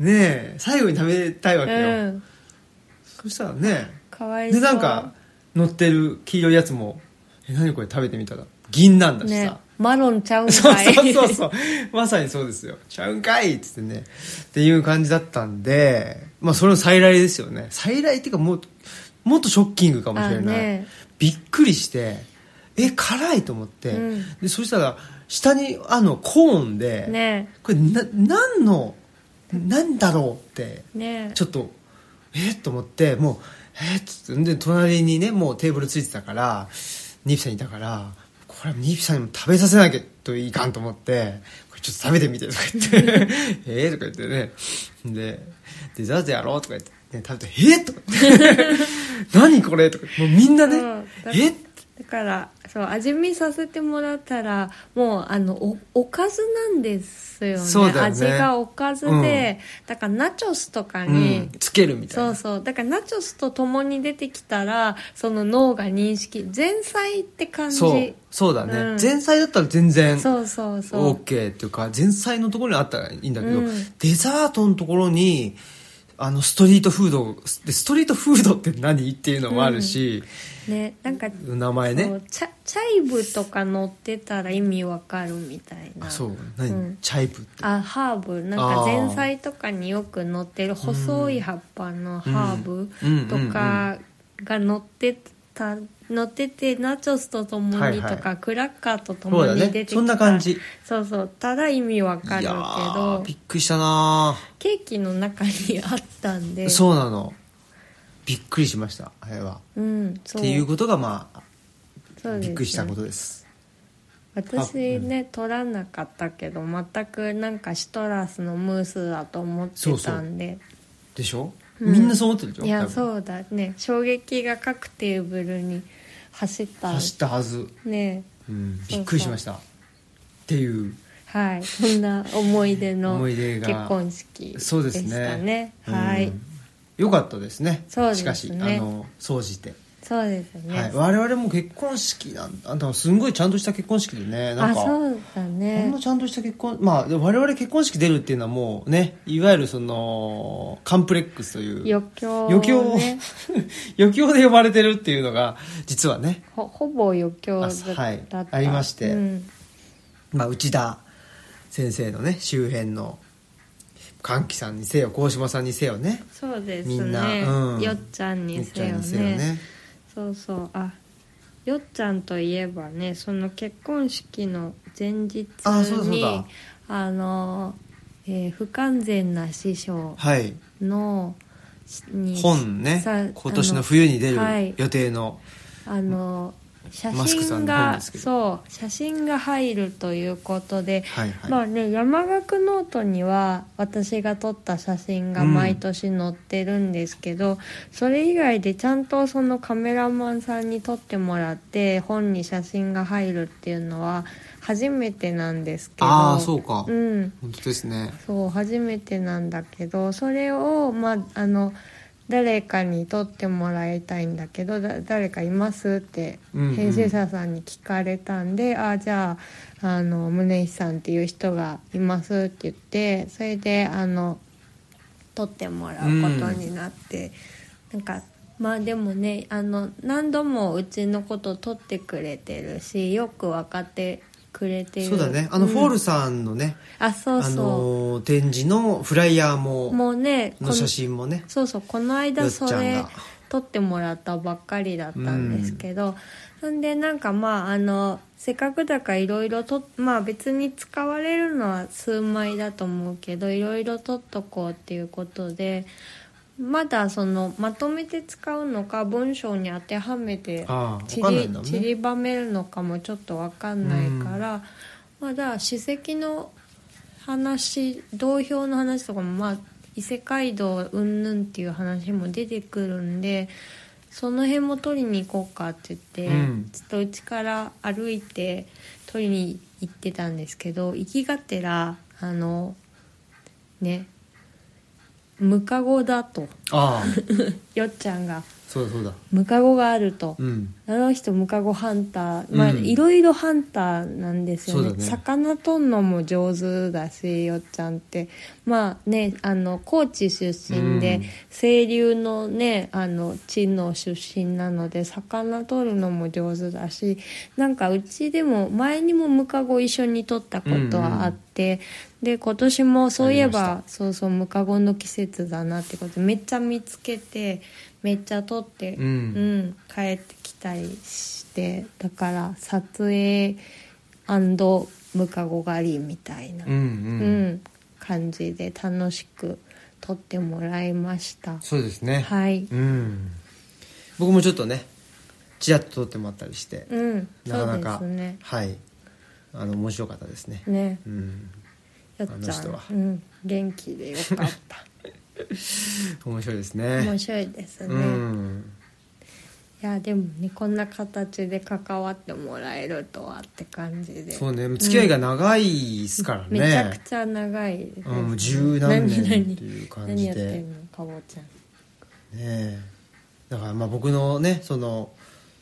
[SPEAKER 1] うねえ最後に食べたいわけよ、
[SPEAKER 2] うん
[SPEAKER 1] そしたらね
[SPEAKER 2] かわい
[SPEAKER 1] で
[SPEAKER 2] そう
[SPEAKER 1] なんか乗ってる黄色いやつも「え何これ食べてみたら銀なんだしさ、
[SPEAKER 2] ねマロンちゃうん
[SPEAKER 1] そう
[SPEAKER 2] かい
[SPEAKER 1] そうそうそう。まさにそうですよ。ちゃうんかいっつってね。っていう感じだったんで、まあそれの再来ですよね。再来っていうかもう、もっとショッキングかもしれない。
[SPEAKER 2] あね
[SPEAKER 1] びっくりして、え、辛いと思って。
[SPEAKER 2] うん
[SPEAKER 1] で、そしたら、下にあのコーンで、
[SPEAKER 2] ね
[SPEAKER 1] これな、何の、なんだろうって、
[SPEAKER 2] ね
[SPEAKER 1] ちょっと、えっと思って、もう、えっつって、で、隣にね、もうテーブルついてたから、ニーピさんいたから、これはニーピさんにも食べさせなきゃといかんと思って、これちょっと食べてみてとか言って、 えーとか言ってね。で、デザートやろうとか言って、ね、食べて、えーとか言って、 何これとか、もうみんなね、
[SPEAKER 2] うんだ
[SPEAKER 1] え
[SPEAKER 2] だからそう味見させてもらったらもうあのおおかずなんですよね
[SPEAKER 1] そうだよね
[SPEAKER 2] 味がおかずで、だからナチョスとか
[SPEAKER 1] う
[SPEAKER 2] に、
[SPEAKER 1] ん、つけるみたい
[SPEAKER 2] そ
[SPEAKER 1] な。
[SPEAKER 2] うそうだからナチョスと共に出てきたらその脳が認識前菜って感じ
[SPEAKER 1] そう、そうだね。
[SPEAKER 2] うん
[SPEAKER 1] 前菜だったら全然、
[SPEAKER 2] そうそうそう
[SPEAKER 1] オーケーっていうか前菜のところにあったらいいんだけど、
[SPEAKER 2] うん
[SPEAKER 1] デザートのところにあのストリートフードでストリートフードって何っていうのもあるし、
[SPEAKER 2] ねなんか、
[SPEAKER 1] 名前
[SPEAKER 2] そ
[SPEAKER 1] ね
[SPEAKER 2] うチャチャイブとか乗ってたら意味わかるみたいな
[SPEAKER 1] あそう何、
[SPEAKER 2] うん
[SPEAKER 1] チャイブって
[SPEAKER 2] あハーブなん
[SPEAKER 1] あ
[SPEAKER 2] か
[SPEAKER 1] ー
[SPEAKER 2] 前菜とかによく乗ってる細い葉っぱのハーブ
[SPEAKER 1] うん
[SPEAKER 2] とかが乗ってた乗っててナチョスとともにとか、
[SPEAKER 1] はいはい
[SPEAKER 2] クラッカーとと
[SPEAKER 1] そ
[SPEAKER 2] も
[SPEAKER 1] うだ
[SPEAKER 2] に出
[SPEAKER 1] ね
[SPEAKER 2] てきた
[SPEAKER 1] そんな感じい
[SPEAKER 2] そうそうただ意味わかるけ
[SPEAKER 1] やー
[SPEAKER 2] ど
[SPEAKER 1] びっくりしたな
[SPEAKER 2] ケーキの中にあったんで
[SPEAKER 1] そうなのびっくりしましたあれは
[SPEAKER 2] う,、ん、そ
[SPEAKER 1] っ
[SPEAKER 2] う
[SPEAKER 1] ていうことがま
[SPEAKER 2] そう
[SPEAKER 1] あ
[SPEAKER 2] です
[SPEAKER 1] びっくりしたこと
[SPEAKER 2] ね
[SPEAKER 1] です
[SPEAKER 2] 私ね、取らなかったけど全くなんかシトラスのムースだと思ってたんで
[SPEAKER 1] でしょ、
[SPEAKER 2] うん
[SPEAKER 1] みんなそう思ってるでしょ
[SPEAKER 2] い
[SPEAKER 1] 多
[SPEAKER 2] や
[SPEAKER 1] 分
[SPEAKER 2] そうだね衝撃が各テーブルに走った
[SPEAKER 1] 走ったはず、
[SPEAKER 2] ね
[SPEAKER 1] うん、
[SPEAKER 2] そう
[SPEAKER 1] びっくりしましたっていう
[SPEAKER 2] はいそんな思い出の
[SPEAKER 1] 思い
[SPEAKER 2] 結
[SPEAKER 1] 出が
[SPEAKER 2] 婚式で
[SPEAKER 1] そうです
[SPEAKER 2] し
[SPEAKER 1] ね
[SPEAKER 2] たねはい、
[SPEAKER 1] うんよかったですね
[SPEAKER 2] そうで
[SPEAKER 1] し
[SPEAKER 2] すね
[SPEAKER 1] かしあの総じて、
[SPEAKER 2] そうですね、
[SPEAKER 1] はい、我々も結婚式なんあんたすんごいちゃんとした結婚式でねなん
[SPEAKER 2] あ
[SPEAKER 1] か
[SPEAKER 2] そうだ
[SPEAKER 1] こん
[SPEAKER 2] ね
[SPEAKER 1] なちゃんとした結婚まあでも我々結婚式出るっていうのはもうねいわゆるそのカンプレックスという
[SPEAKER 2] 余興、ね、
[SPEAKER 1] 余興、 余興で呼ばれてるっていうのが実はね、
[SPEAKER 2] ほほぼ余興だ
[SPEAKER 1] あ
[SPEAKER 2] った、
[SPEAKER 1] はいありまして
[SPEAKER 2] うん
[SPEAKER 1] まあ、内田先生のね周辺の歓喜さんにせよ鴻島さんにせよね
[SPEAKER 2] そうですね
[SPEAKER 1] みんなうん
[SPEAKER 2] よっちゃんにせ
[SPEAKER 1] み
[SPEAKER 2] よ
[SPEAKER 1] っちゃん
[SPEAKER 2] ね
[SPEAKER 1] にせよね
[SPEAKER 2] そうそうあよっちゃんといえばねその結婚式の前日に
[SPEAKER 1] あそうだそうだ
[SPEAKER 2] あの、えー不完全な師匠
[SPEAKER 1] はい
[SPEAKER 2] の」に
[SPEAKER 1] 本ね
[SPEAKER 2] さ
[SPEAKER 1] 今年の冬に出る
[SPEAKER 2] あのはい
[SPEAKER 1] 予定の
[SPEAKER 2] あの写
[SPEAKER 1] マスクさ
[SPEAKER 2] 真
[SPEAKER 1] んの本
[SPEAKER 2] が
[SPEAKER 1] ですけど
[SPEAKER 2] そう写真が入るということで、
[SPEAKER 1] はいはい
[SPEAKER 2] まあね山岳ノートには私が撮った写真が毎年載ってるんですけど、それ以外でちゃんとそのカメラマンさんに撮ってもらって本に写真が入るっていうのは初めてなんですけど
[SPEAKER 1] ああそうか、
[SPEAKER 2] うん
[SPEAKER 1] 本当ですね
[SPEAKER 2] そう初めてなんだけどそれを、まあ、あの誰かに撮ってもらいたいんだけどだ誰かいますって
[SPEAKER 1] うんうん
[SPEAKER 2] 編集者さんに聞かれたんで、ああじゃああの宗石さんっていう人がいますって言ってそれであの撮ってもらうことになって、なんかまあでもねあの何度もうちのこと撮ってくれてるしよく分かってくれてる
[SPEAKER 1] そうだねあのフォー
[SPEAKER 2] うん
[SPEAKER 1] ルさんのね、
[SPEAKER 2] あそうそう
[SPEAKER 1] あのー展示のフライヤーも
[SPEAKER 2] もうねこ
[SPEAKER 1] の写真もね
[SPEAKER 2] そうそうこの間そ
[SPEAKER 1] よ
[SPEAKER 2] れ
[SPEAKER 1] っちゃんが
[SPEAKER 2] 撮ってもらったばっかりだったんですけど、なんでなんかまああのせっかくだからいろいろとまあ別に使われるのは数枚だと思うけどいろいろ撮っとこうっていうことでまだそのまとめて使うのか文章に当てはめて
[SPEAKER 1] ああ
[SPEAKER 2] ち
[SPEAKER 1] 分かんない
[SPEAKER 2] り
[SPEAKER 1] んだもん
[SPEAKER 2] ち
[SPEAKER 1] ね
[SPEAKER 2] りばめるのかもちょっと分かんないから、まあだから史跡の話同票の話とかもまあ異世界道うんぬんっていう話も出てくるんでその辺も取りに行こうかって言って、
[SPEAKER 1] うん
[SPEAKER 2] ちょっとうちから歩いて取りに行ってたんですけど行きがてらあのねムカゴだと
[SPEAKER 1] ああ
[SPEAKER 2] よっちゃんが
[SPEAKER 1] そうだそうだ
[SPEAKER 2] ムカゴがあると。
[SPEAKER 1] うん
[SPEAKER 2] あの人ムカゴハンターまあ
[SPEAKER 1] うん
[SPEAKER 2] いろいろハンターなんですよ
[SPEAKER 1] そ
[SPEAKER 2] ね
[SPEAKER 1] うだね
[SPEAKER 2] 魚とんのも上手だしよっちゃんってまあねあの高知出身で、
[SPEAKER 1] うん
[SPEAKER 2] 清流のねあの地の出身なので魚とるのも上手だしなんかうちでも前にもムカゴ一緒に取ったことはあって、で今年もそういえ
[SPEAKER 1] あり
[SPEAKER 2] ばそうそうムカゴの季節だなってことでめっちゃ見つけてめっちゃ取って。
[SPEAKER 1] うん
[SPEAKER 2] うん、帰ってきたりしてだから撮影ムカゴ狩りみたいな、
[SPEAKER 1] うんう
[SPEAKER 2] うん
[SPEAKER 1] ん、
[SPEAKER 2] 感じで楽しく撮ってもらいました
[SPEAKER 1] そうですね
[SPEAKER 2] はい
[SPEAKER 1] うん僕もちょっとねちらっと撮ってもらったりして、
[SPEAKER 2] うん
[SPEAKER 1] なかなか
[SPEAKER 2] そうですね
[SPEAKER 1] はいあの面白かったですね、
[SPEAKER 2] ね
[SPEAKER 1] うん
[SPEAKER 2] よっ
[SPEAKER 1] あ
[SPEAKER 2] ち
[SPEAKER 1] の
[SPEAKER 2] ゃ
[SPEAKER 1] 人は
[SPEAKER 2] ん、うん、元気でよかった
[SPEAKER 1] 面白いです ね
[SPEAKER 2] 面白いですね、
[SPEAKER 1] うん
[SPEAKER 2] いやでもねこんな形で関わってもらえるとはって感じで
[SPEAKER 1] そうね付き合いが長いですからね、
[SPEAKER 2] めちゃくちゃ長いです、
[SPEAKER 1] うんもう十何年っていう感じで
[SPEAKER 2] 何何やってんのかぼちゃん
[SPEAKER 1] ねえだからまあ僕のねその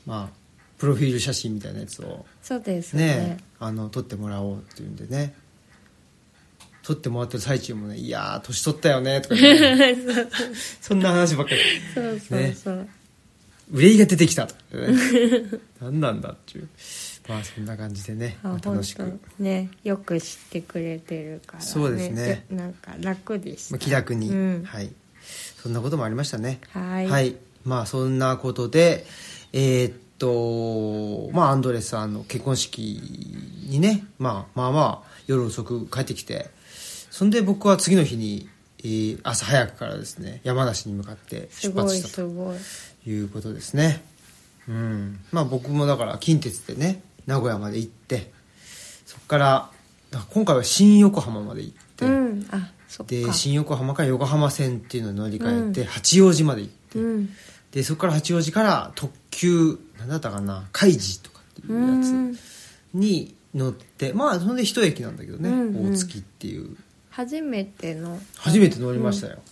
[SPEAKER 1] まあプロフィール写真みたいなやつを
[SPEAKER 2] そうです
[SPEAKER 1] ね
[SPEAKER 2] ね
[SPEAKER 1] あの撮ってもらおうっていうんでね撮ってもらってる最中もね「いやー年取ったよね」とか言って、 そんな話ばっかり
[SPEAKER 2] そうそうそう、
[SPEAKER 1] 憂いが出てきたとかね何なんだっていうまあそんな感じでね、
[SPEAKER 2] あ
[SPEAKER 1] まあ楽しく、
[SPEAKER 2] 本当ねよく知ってくれてるから、ね、
[SPEAKER 1] そうですね
[SPEAKER 2] でなんか楽でした、
[SPEAKER 1] まあ、気楽に、
[SPEAKER 2] うん
[SPEAKER 1] はいそんなこともありましたね
[SPEAKER 2] はい
[SPEAKER 1] まあそんなことでえーっとまあアンドレスさんの結婚式にね、まあ、まあまあ夜遅く帰ってきてそんで僕は次の日に、えー朝早くからですね山梨に向かって
[SPEAKER 2] す
[SPEAKER 1] 出
[SPEAKER 2] ご
[SPEAKER 1] 発
[SPEAKER 2] い
[SPEAKER 1] した
[SPEAKER 2] す
[SPEAKER 1] と
[SPEAKER 2] ごい
[SPEAKER 1] いうことですねうんまあ僕もだから近鉄でね名古屋まで行ってそこからあ今回は新横浜まで行って、
[SPEAKER 2] うんあそっか
[SPEAKER 1] で新横浜から横浜線っていうのに乗り換えて、
[SPEAKER 2] う
[SPEAKER 1] 八王子まで行って、
[SPEAKER 2] うん
[SPEAKER 1] でそこから八王子から特急何だったかな海事とかっていううやつ
[SPEAKER 2] ん
[SPEAKER 1] に乗ってまあそれで一駅なんだけどね、
[SPEAKER 2] うんうん
[SPEAKER 1] 大月っていう
[SPEAKER 2] 初めての
[SPEAKER 1] 初めて乗りましたよ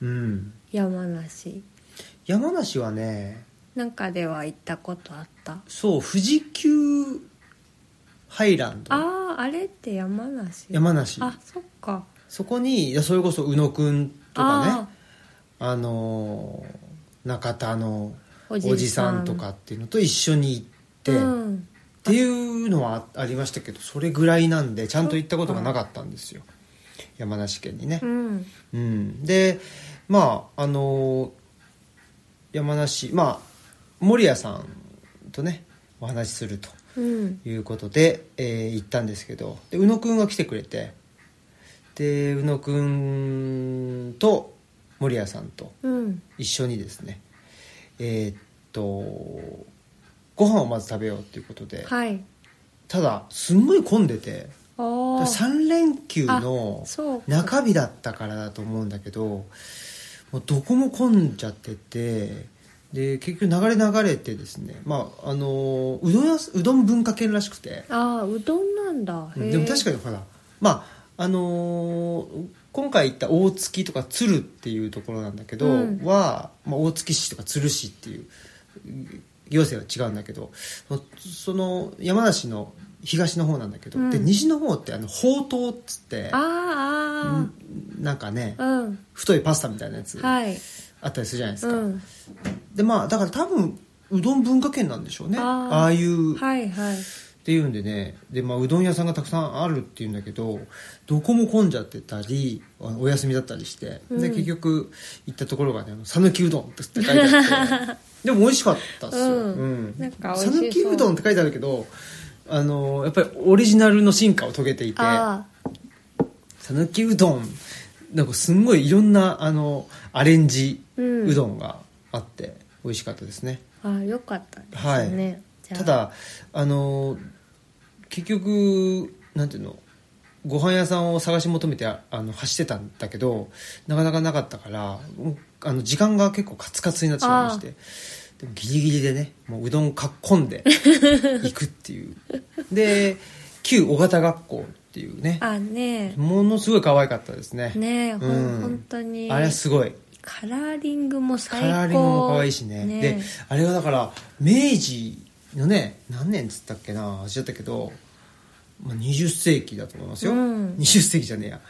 [SPEAKER 1] うん、
[SPEAKER 2] 山梨
[SPEAKER 1] 山梨はね
[SPEAKER 2] なんかでは行ったことあった
[SPEAKER 1] そう富士急ハイランド
[SPEAKER 2] あああれって山梨
[SPEAKER 1] 山梨
[SPEAKER 2] あそっか
[SPEAKER 1] そこにいやそれこそ宇野くんとか
[SPEAKER 2] あ
[SPEAKER 1] ねあのー中田の
[SPEAKER 2] お
[SPEAKER 1] お
[SPEAKER 2] じさん
[SPEAKER 1] じさんとかっていうのと一緒に行って、
[SPEAKER 2] ーうん
[SPEAKER 1] っていうのはあありましたけどそれぐらいなんでちゃんと行ったことがなかったんですよ山梨県にね
[SPEAKER 2] う、ん
[SPEAKER 1] うん、でまああのー山梨まあ守屋さんとねお話しすると
[SPEAKER 2] うん
[SPEAKER 1] いうことで、えー行ったんですけどで宇野くんが来てくれてで宇野くんと守屋さんと
[SPEAKER 2] うん
[SPEAKER 1] 一緒にですねえーっとご飯をまず食べようということで、
[SPEAKER 2] はい
[SPEAKER 1] ただすんごい混んでて
[SPEAKER 2] ああ
[SPEAKER 1] 3連休の
[SPEAKER 2] そうか
[SPEAKER 1] 中日だったからだと思うんだけどもうどこも混んじゃっててで結局流れ流れてですね、まあ、あのうどん屋うどん文化圏らしくて
[SPEAKER 2] ああうどんなんだ
[SPEAKER 1] でも確か
[SPEAKER 2] に
[SPEAKER 1] にほらまああのー今回行った大月とか鶴っていうところなんだけど、
[SPEAKER 2] うん
[SPEAKER 1] は、まあ、大月市とか鶴市っていううん行政は違うんだけどそのその山梨の東の方なんだけど、
[SPEAKER 2] うん
[SPEAKER 1] で西の方ってあのほうとうっつって
[SPEAKER 2] あ
[SPEAKER 1] なんかね
[SPEAKER 2] あああうん
[SPEAKER 1] 太いパスタみたいなやつあ
[SPEAKER 2] はい
[SPEAKER 1] ったりするじゃないです
[SPEAKER 2] う
[SPEAKER 1] か、
[SPEAKER 2] ん
[SPEAKER 1] でまあだから多分うどん文化圏なんでしょうね
[SPEAKER 2] あー
[SPEAKER 1] ああいう
[SPEAKER 2] はいはい
[SPEAKER 1] っていうんでねで、まあ、うどん屋さんがたくさんあるっていうんだけどどこも混んじゃってたりあお休みだったりして、
[SPEAKER 2] うん
[SPEAKER 1] で結局行ったところがね「讃岐うどん」って書いて あってでも美味しかったっすよ
[SPEAKER 2] うん
[SPEAKER 1] うん
[SPEAKER 2] なんか美味しそう
[SPEAKER 1] 讃岐、うどんって書いてあるけどあのやっぱりオリジナルの進化を遂げていて
[SPEAKER 2] あ
[SPEAKER 1] 讃岐うどんなんかすんごいいろんなあのアレンジ
[SPEAKER 2] うん
[SPEAKER 1] うどんがあって美味しかったですね、
[SPEAKER 2] あああよかったですねじゃあ
[SPEAKER 1] ただあの結局なんていうのご飯屋さんを探し求めてああの走ってたんだけどなかなかなかったからもうあの時間が結構カツカツになってしまいましてでもギリギリでねもううどんかっこん で行くっていうで旧尾形学校っていうね
[SPEAKER 2] あね
[SPEAKER 1] ものすごい可愛かったですね
[SPEAKER 2] えねえほ
[SPEAKER 1] うん
[SPEAKER 2] ん本当に
[SPEAKER 1] あれはすごい
[SPEAKER 2] カラーリングも
[SPEAKER 1] カ
[SPEAKER 2] 最高
[SPEAKER 1] ラーリングも可愛いしね
[SPEAKER 2] え
[SPEAKER 1] であれはだから明治のね何年っつったっけな味だったけど、まあ、20世紀だと思いますよ、
[SPEAKER 2] うん
[SPEAKER 1] 20世紀じゃねえや、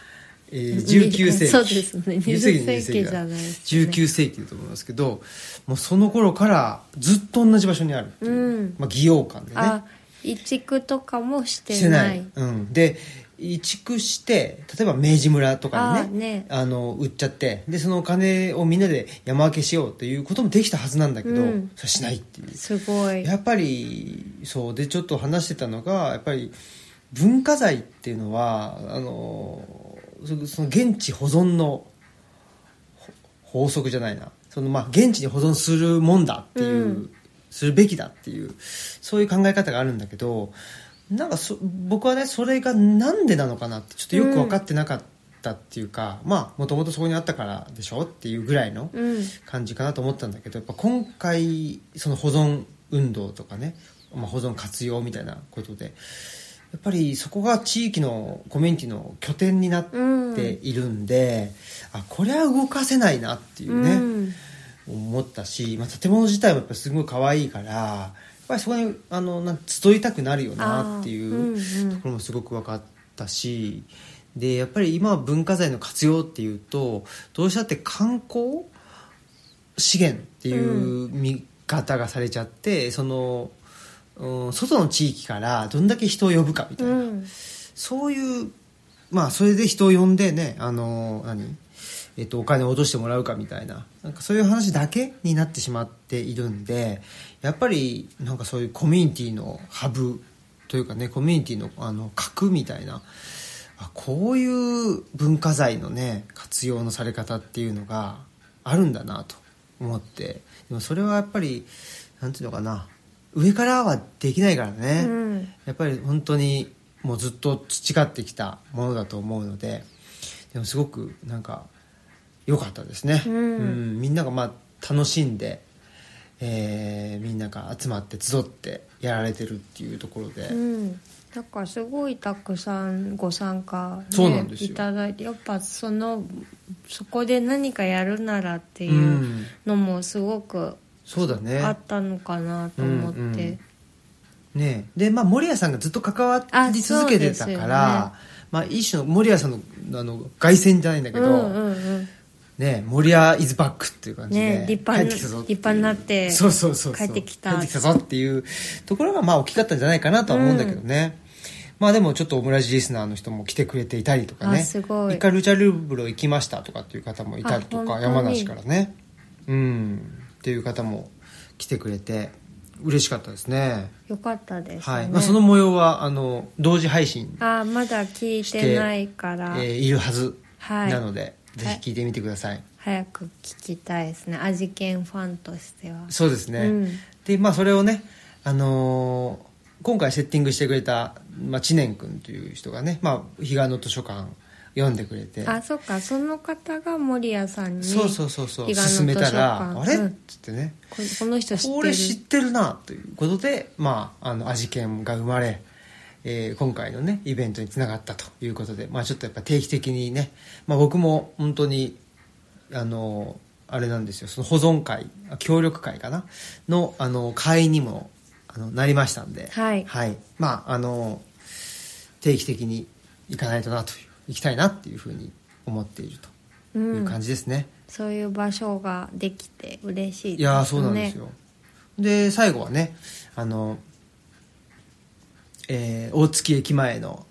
[SPEAKER 1] えー19世紀
[SPEAKER 2] そうですね
[SPEAKER 1] 20
[SPEAKER 2] 20世紀じゃないですね
[SPEAKER 1] 19世紀だと思いますけどもうその頃からずっと同じ場所にあるっていう、
[SPEAKER 2] うん
[SPEAKER 1] まあ、祇園館でね
[SPEAKER 2] あ移築とかもして
[SPEAKER 1] して
[SPEAKER 2] な
[SPEAKER 1] ないい、うん、で移築して例えば明治村とかにね
[SPEAKER 2] あーね
[SPEAKER 1] あの売っちゃってでそのお金をみんなで山分けしようということもできたはずなんだけど、
[SPEAKER 2] うん
[SPEAKER 1] それしないっていう
[SPEAKER 2] すごい
[SPEAKER 1] やっぱりそうでちょっと話してたのがやっぱり文化財っていうのはあのそその現地保存のほ法則じゃないなそのまあ現地に保存するもんだっていう、
[SPEAKER 2] うん
[SPEAKER 1] するべきだっていうそういう考え方があるんだけどなんかそ僕はねそれがなんでなのかなってちょっとよく分かってなかったっていうか、まあもともとそこにあったからでしょっていうぐらいの。
[SPEAKER 2] うん
[SPEAKER 1] 感じかなと思ったんだけどやっぱ今回その保存運動とかね、まあ、保存活用みたいなことでやっぱりそこが地域のコミュニティの拠点になっ
[SPEAKER 2] うん
[SPEAKER 1] ているんで、あこれは動かせないなっていうね、
[SPEAKER 2] うん
[SPEAKER 1] 思ったし、まあ、建物自体もやっぱすごい可愛いからやっぱりそこにあのなん集いたくなるよなってい
[SPEAKER 2] あー
[SPEAKER 1] う
[SPEAKER 2] うんうん
[SPEAKER 1] ところもすごく分かったしでやっぱり今は文化財の活用っていうとどうしたって観光資源っていう見方がされちゃって、その、うん、外の地域からどんだけ人を呼ぶかみたいな、
[SPEAKER 2] うん
[SPEAKER 1] そういうまあそれで人を呼んでねあの何えっと、お金を落としてもらうかみたいななんかそういう話だけになってしまっているんでやっぱりなんかそういうコミュニティのハブというかねコミュニティのあの核みたいなあこういう文化財のね活用のされ方っていうのがあるんだなと思ってでもそれはやっぱりなんていうのかな上からはできないからね、
[SPEAKER 2] うん
[SPEAKER 1] やっぱり本当にもうずっと培ってきたものだと思うのででもすごくなんか良かったですね、
[SPEAKER 2] うん
[SPEAKER 1] んみんながまあ楽しんで、えーみんなが集まって集ってやられてるっていうところで、
[SPEAKER 2] うん、なんかすごいたくさんご参加、ね、
[SPEAKER 1] そうなんですよ
[SPEAKER 2] いただいてやっぱそのそこで何かやるならって
[SPEAKER 1] う
[SPEAKER 2] いうんのもすごく
[SPEAKER 1] そうだね
[SPEAKER 2] あったのかなと思って、
[SPEAKER 1] うんうんねえでまあ守屋さんがずっと関わり続けてたから、
[SPEAKER 2] あ
[SPEAKER 1] まあ、一種の守屋さんのあの凱旋じゃないんだけど、
[SPEAKER 2] うんうんうん
[SPEAKER 1] ねえ守屋イズバックっていう感じで、
[SPEAKER 2] ねえ立派
[SPEAKER 1] 帰
[SPEAKER 2] な
[SPEAKER 1] ってきたぞっていう
[SPEAKER 2] 立派になって
[SPEAKER 1] そうそうそうそう
[SPEAKER 2] 帰ってきた
[SPEAKER 1] 帰ってきたぞっていうところがまあ大きかったんじゃないかなとは思うんだけどね、まあでもちょっとオムラジリスナーの人も来てくれていたりとかね
[SPEAKER 2] あすごい
[SPEAKER 1] 一回ルチャルーブロ行きましたとかっていう方もいたりと
[SPEAKER 2] あ本当
[SPEAKER 1] か
[SPEAKER 2] に
[SPEAKER 1] 山梨からねうんっていう方も来てくれて嬉しかったですね
[SPEAKER 2] よかったですね、
[SPEAKER 1] はいまあ、その模様はあの同時配信、
[SPEAKER 2] あまだ聞いてないから、
[SPEAKER 1] えーいるはず
[SPEAKER 2] はい
[SPEAKER 1] なので、ぜひ聞いてみてください、
[SPEAKER 2] 早く聞きたいですね味見ファンとしては
[SPEAKER 1] そうですね、
[SPEAKER 2] うん
[SPEAKER 1] でまあそれをね、あのー今回セッティングしてくれた、まあ、知念君という人がね、まあ、彼岸の図書館読んでくれて
[SPEAKER 2] あそっかその方が守屋さんに
[SPEAKER 1] そうそうそうそう
[SPEAKER 2] 彼岸の図
[SPEAKER 1] 勧めた
[SPEAKER 2] 書
[SPEAKER 1] ら「あ
[SPEAKER 2] 館
[SPEAKER 1] れ?」
[SPEAKER 2] う
[SPEAKER 1] っ
[SPEAKER 2] ん
[SPEAKER 1] つってね
[SPEAKER 2] ここの人知ってる
[SPEAKER 1] これ知ってるなということで、まあ、あの味見が生まれ、えー今回のねイベントにつながったということで、まあ、ちょっとやっぱ定期的にね、まあ、僕も本当にあのあれなんですよその保存会あ協力会かなのあの会員にもあのなりましたんで、
[SPEAKER 2] はい
[SPEAKER 1] まああの定期的に行かないとなという行きたいなっていうふうに思っているという感じですね。
[SPEAKER 2] そういう場所ができて嬉しいですね
[SPEAKER 1] いやーそうなんですよ、で最後はねあの、えー大月駅前の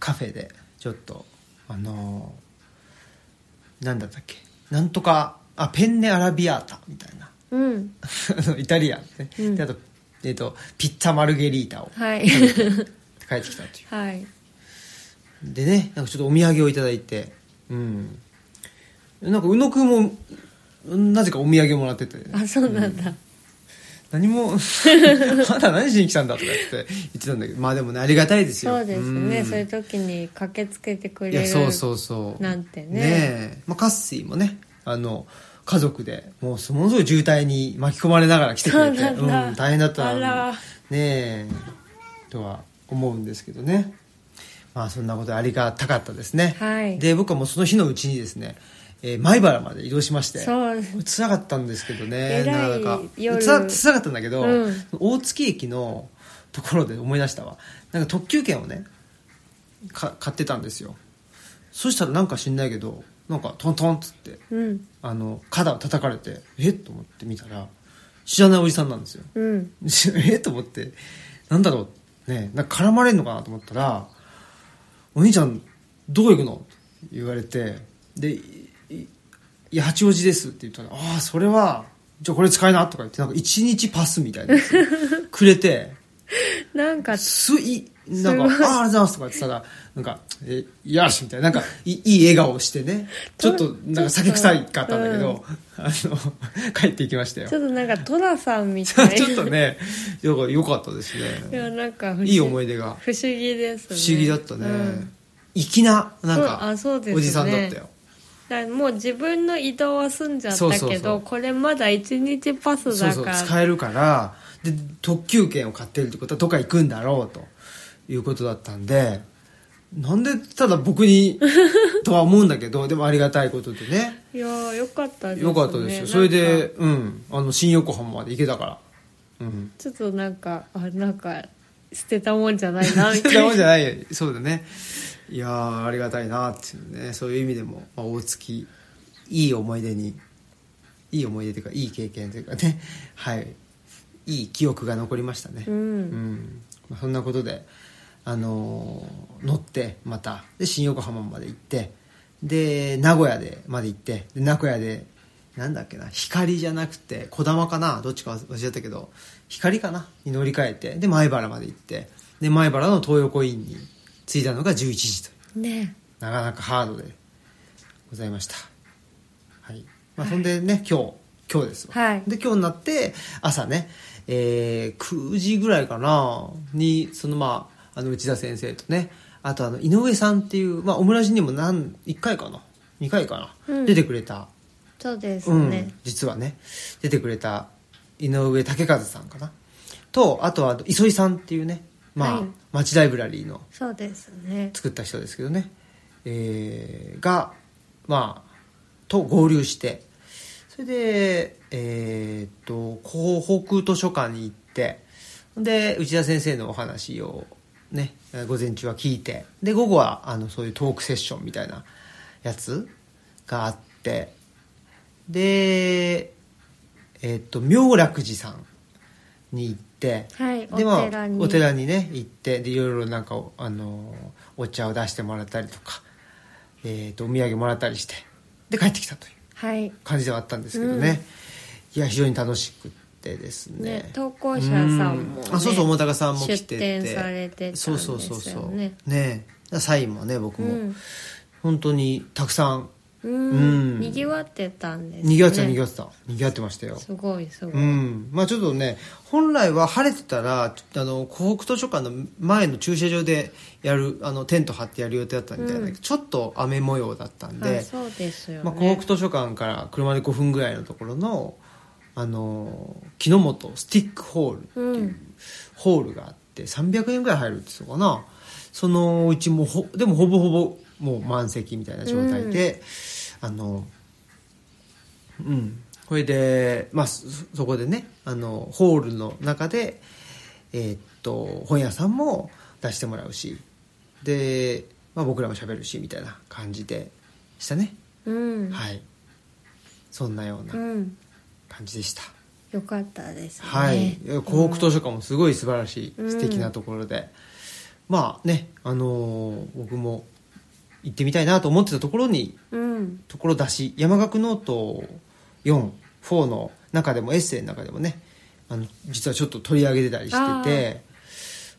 [SPEAKER 1] カフェでちょっとあのーなんだったっけなんとかあペンネアラビアータみたいな
[SPEAKER 2] うん
[SPEAKER 1] あのイタリアンね、であと,、えー、とピッツァマルゲリータを
[SPEAKER 2] はい
[SPEAKER 1] 帰ってきたという
[SPEAKER 2] はい
[SPEAKER 1] でねなんかちょっとお土産をいただいてうんなんか宇野くんもなぜかお土産もらってて
[SPEAKER 2] あそうなんだ、
[SPEAKER 1] 何も まだ何しに来たんだとか言って言ってたんだけどまあでもねありがたいですよ
[SPEAKER 2] そうですね、
[SPEAKER 1] ん
[SPEAKER 2] そういう時に駆けつけてくれ
[SPEAKER 1] い
[SPEAKER 2] る
[SPEAKER 1] やそうそうそう
[SPEAKER 2] なんてね
[SPEAKER 1] えまあ、カッシーもねあの家族でもうものすごい渋滞に巻き込まれながら来てくれて
[SPEAKER 2] そうなんだ
[SPEAKER 1] ん、大変だった
[SPEAKER 2] あら
[SPEAKER 1] ねえとは思うんですけどねまあそんなことありがたかったですね、
[SPEAKER 2] はい
[SPEAKER 1] で僕はもうその日のうちにですね、えー、米原まで移動しまして
[SPEAKER 2] そう
[SPEAKER 1] つらかったんですけどね
[SPEAKER 2] えらい
[SPEAKER 1] なんか
[SPEAKER 2] 夜
[SPEAKER 1] つらつらかったんだけど、
[SPEAKER 2] うん
[SPEAKER 1] 大月駅のところで思い出したわなんか特急券をねか買ってたんですよそしたらなんか知んないけどなんかトントンっつって
[SPEAKER 2] うん
[SPEAKER 1] あの肩を叩かれてえっと思って見たら知らないおじさんなんですよ
[SPEAKER 2] うん
[SPEAKER 1] えっと思ってなんだろうねなんか絡まれんのかなと思ったら「お兄ちゃんどこ行くの?」って言われてでい「いいや八王子です」って言ったら「ああそれはじゃあこれ使いな」とか言ってなんか1日パスみたいなやつくれて
[SPEAKER 2] なんか
[SPEAKER 1] すいなんか「あ
[SPEAKER 2] す
[SPEAKER 1] ああ
[SPEAKER 2] ごい
[SPEAKER 1] りがとうございます」とか言ってたらなんか「えよし」みたいななんかいいいい笑顔をしてねちょっとなんか酒臭いかったんだけど、あの 帰っていきましたよ
[SPEAKER 2] ちょっとなんかトラさん み
[SPEAKER 1] ち
[SPEAKER 2] た
[SPEAKER 1] ょ
[SPEAKER 2] いな
[SPEAKER 1] っとねよかよかったです
[SPEAKER 2] いや
[SPEAKER 1] ね
[SPEAKER 2] なんか不思
[SPEAKER 1] いい思い出が
[SPEAKER 2] 不思議です
[SPEAKER 1] 不
[SPEAKER 2] ね
[SPEAKER 1] 思議だったね、
[SPEAKER 2] うん
[SPEAKER 1] 粋ななん
[SPEAKER 2] そう
[SPEAKER 1] か
[SPEAKER 2] あそうですね
[SPEAKER 1] おじさんだったよ
[SPEAKER 2] だからもう自分の移動は済んじゃったけ
[SPEAKER 1] そ
[SPEAKER 2] ど
[SPEAKER 1] うそうそう
[SPEAKER 2] これまだ1日パス
[SPEAKER 1] そう
[SPEAKER 2] だ
[SPEAKER 1] そ
[SPEAKER 2] か
[SPEAKER 1] う
[SPEAKER 2] ら
[SPEAKER 1] 使えるからで特急券を買ってるってことはどっか行くんだろうということだったんでなんでただ僕 にとは思うんだけどでもありがたいことでね
[SPEAKER 2] いやーよかったですね
[SPEAKER 1] よかったですよ、それでうんあの新横浜まで行けたからうん
[SPEAKER 2] ちょっとなんかあなんか捨てたもんじゃないなみ
[SPEAKER 1] そ
[SPEAKER 2] た
[SPEAKER 1] ん
[SPEAKER 2] いな
[SPEAKER 1] なもんじゃないよそうだねいやーありがたいなっていうねそういう意味でも、まあ、大月いい思い出にいい思い出というかいい経験というかねはいいい記憶が残りましたね
[SPEAKER 2] う
[SPEAKER 1] うんまあ、そんなことで、あのー乗ってまたで新横浜まで行ってで名古屋でまで行ってで名古屋でなんだっけな光じゃなくて児玉かなどっちか忘れちゃったけど光かなに乗り換えてで前原まで行ってで前原の東横インに着いたのが11時と
[SPEAKER 2] ね
[SPEAKER 1] なかなかハードでございましたはい、まあ、そんでね、今日今日ですわ
[SPEAKER 2] はい
[SPEAKER 1] で今日になって朝ね、えー9時ぐらいかなにそのまああの内田先生とねあとあの井上さんっていう、まあ、オムラジにも何1回かな2回かな、
[SPEAKER 2] うん
[SPEAKER 1] 出てくれた
[SPEAKER 2] そうです
[SPEAKER 1] うん
[SPEAKER 2] ね、
[SPEAKER 1] 実はね出てくれた井上武和さんかなとあとは磯井さんっていうね、まあ
[SPEAKER 2] はい
[SPEAKER 1] 町ライブラリーの
[SPEAKER 2] そうですね
[SPEAKER 1] 作った人ですけどね、えーがまあと合流してそれでえーっと港北図書館に行ってで内田先生のお話をねえー午前中は聞いてで午後はあのそういうトークセッションみたいなやつがあってでえーっと妙楽寺さんに行って、
[SPEAKER 2] はい
[SPEAKER 1] でまあ
[SPEAKER 2] お寺に
[SPEAKER 1] お寺にね行ってでいろいろなんかおあのお茶を出してもらったりとか、えー、とお土産もらったりしてで帰ってきたという
[SPEAKER 2] はい
[SPEAKER 1] 感じではあったんですけどね、いや非常に楽しくてですね
[SPEAKER 2] ね投稿者さんもね
[SPEAKER 1] うあそうそう桃高さんも来てて
[SPEAKER 2] 出展されてたんですよね
[SPEAKER 1] そうそうそうそうねサインもね僕も、
[SPEAKER 2] うん
[SPEAKER 1] 本当にたくさん
[SPEAKER 2] う
[SPEAKER 1] うん
[SPEAKER 2] んにぎわってたんですね
[SPEAKER 1] にぎわってた、にぎわってたにぎわってましたよ
[SPEAKER 2] すごいすごい、
[SPEAKER 1] うんまあ、ちょっとね本来は晴れてたらあの湖北図書館の前の駐車場でやるあのテント張ってやる予定だったみたいなんだけど、ちょっと雨模様だったんで、
[SPEAKER 2] あそうですよね、
[SPEAKER 1] まあ、湖北図書館から車で5分ぐらいのところのあの木の本スティックホールっていううんホールがあって300円ぐらい入るって言うのかなそのうちもほでもほぼほぼもう満席みたいな状態で、あのうんこれで、まあ、そそこでねあのホールの中で、えーっと本屋さんも出してもらうしで、まあ、僕らも喋るしみたいな感じでしたね。
[SPEAKER 2] うん、
[SPEAKER 1] はい。そんなよう
[SPEAKER 2] う、
[SPEAKER 1] なん感じでした。
[SPEAKER 2] よかったですね
[SPEAKER 1] はい。湖北図書館もすごい素晴らしい、
[SPEAKER 2] うん
[SPEAKER 1] 素敵なところで。まあね、あのー僕も行ってみたいなと思ってたところに、
[SPEAKER 2] うん
[SPEAKER 1] ところだし、山岳ノート4、4の中でもエッセイの中でもね、あの、実はちょっと取り上げてたりしてて、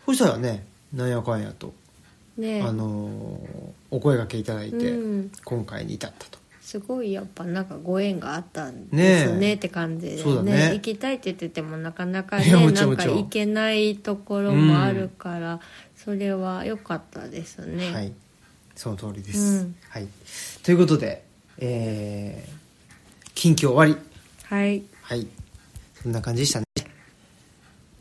[SPEAKER 1] そしたらね、なんやかんやと、
[SPEAKER 2] ね
[SPEAKER 1] あのーお声がけいただいて、
[SPEAKER 2] うん
[SPEAKER 1] 今回に至ったと。
[SPEAKER 2] すごいやっぱなんかご縁があったんですね
[SPEAKER 1] ねえ
[SPEAKER 2] って感じで、ね
[SPEAKER 1] そうだね
[SPEAKER 2] 行きたいって言っててもなかな
[SPEAKER 1] い
[SPEAKER 2] かね
[SPEAKER 1] やもち
[SPEAKER 2] な
[SPEAKER 1] ろん
[SPEAKER 2] んか
[SPEAKER 1] もちろん
[SPEAKER 2] 行けないところもあるから、それは良かったですね、
[SPEAKER 1] はい、その通りです。
[SPEAKER 2] うん
[SPEAKER 1] はい、ということで、えー、近況終わり。
[SPEAKER 2] はい
[SPEAKER 1] はい、そんな感じでしたね。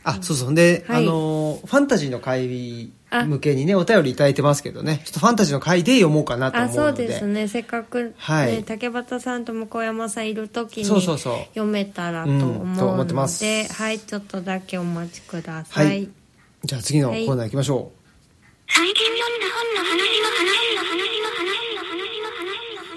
[SPEAKER 1] あ、そうそう。で、
[SPEAKER 2] はい
[SPEAKER 1] あのーファンタジーの会向けにね、お便りいただいてますけどね、ちょっとファンタジーの会で読もうかなと
[SPEAKER 2] あ
[SPEAKER 1] 思う
[SPEAKER 2] そう
[SPEAKER 1] ので。
[SPEAKER 2] ですねせっかく、ね
[SPEAKER 1] はい
[SPEAKER 2] 竹俣さんと向山さんいる時に
[SPEAKER 1] そうそうそう
[SPEAKER 2] 読めたらと思う
[SPEAKER 1] うんと思
[SPEAKER 2] の
[SPEAKER 1] って
[SPEAKER 2] で、
[SPEAKER 1] ます
[SPEAKER 2] はいちょっとだけお待ちください、
[SPEAKER 1] はいじゃあ次のコーナー行きましょう。
[SPEAKER 3] 最近読んだ本の話の話の話の話の話の話の話の話の話の話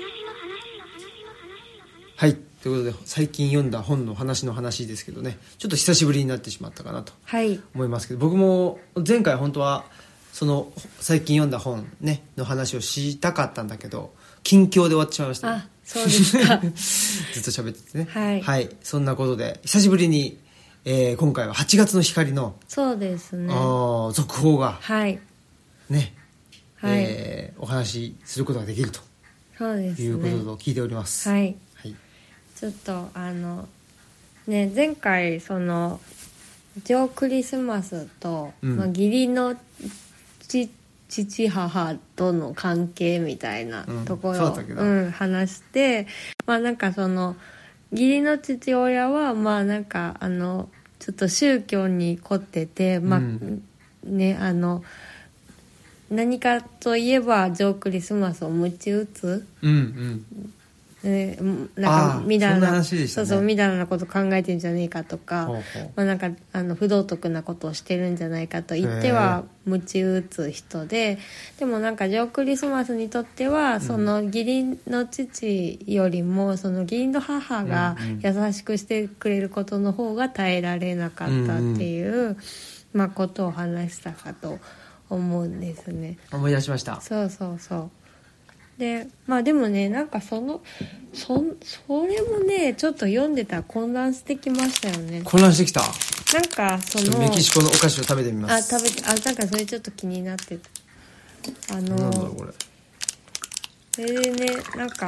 [SPEAKER 3] の話
[SPEAKER 1] はい。ということで、最近読んだ本の話の話ですけどね、ちょっと久しぶりになってしまったかなと
[SPEAKER 2] はい
[SPEAKER 1] 思いますけど僕も前回本当はその最近読んだ本、ね、の話をしたかったんだけど近況で終わってしまいました、
[SPEAKER 2] あそうですか
[SPEAKER 1] ずっと喋っててね
[SPEAKER 2] はい
[SPEAKER 1] そんなことで久しぶりに、えー今回は8月の光の、
[SPEAKER 2] そうですね
[SPEAKER 1] あー続報が
[SPEAKER 2] はい
[SPEAKER 1] ね、
[SPEAKER 2] はい、
[SPEAKER 1] えーお話しすることができると
[SPEAKER 2] そうです
[SPEAKER 1] いうこ
[SPEAKER 2] ね
[SPEAKER 1] とと聞いております、
[SPEAKER 2] はい
[SPEAKER 1] はい
[SPEAKER 2] ちょっとあのね前回その一応クリスマスと、
[SPEAKER 1] うん
[SPEAKER 2] まあ、義理のち父母との関係みたいな
[SPEAKER 1] うん
[SPEAKER 2] とこ
[SPEAKER 1] そう
[SPEAKER 2] ろ
[SPEAKER 1] だ
[SPEAKER 2] を、
[SPEAKER 1] ったっけな
[SPEAKER 2] うん話してまあなんかその義理の父親はまあなんかあのちょっと宗教に凝っててまあ、
[SPEAKER 1] うん
[SPEAKER 2] ねあの何かといえばジョークリスマスを鞭打つ
[SPEAKER 1] うんうん
[SPEAKER 2] ね、なん
[SPEAKER 1] あ
[SPEAKER 2] か
[SPEAKER 1] ー
[SPEAKER 2] みだら
[SPEAKER 1] そんな
[SPEAKER 2] な
[SPEAKER 1] 話でしたね
[SPEAKER 2] そうそうみだらなこと考えてんじゃねえかとか
[SPEAKER 1] ほうほう
[SPEAKER 2] まあ、なんかあの不道徳なことをしてるんじゃないかと言っては鞭打つ人ででもなんかジョークリスマスにとってはその義理の父よりもその義理の母が優しくしてくれることの方が耐えられなかったっていう、まあ、ことを話したかと思うんですね。
[SPEAKER 1] 思い出しました
[SPEAKER 2] そうそうそうでまあでもねなんかそのそんそれもねちょっと読んでたら混乱してきましたよね
[SPEAKER 1] 混乱してきた
[SPEAKER 2] なんかそ
[SPEAKER 1] ちょっと
[SPEAKER 2] の
[SPEAKER 1] メキシコのお菓子を食べてみま
[SPEAKER 2] あ
[SPEAKER 1] す
[SPEAKER 2] 食べてあなんかそれちょっと気になってた
[SPEAKER 1] な
[SPEAKER 2] あ
[SPEAKER 1] んだろ
[SPEAKER 2] の
[SPEAKER 1] うこれ
[SPEAKER 2] それでねなんか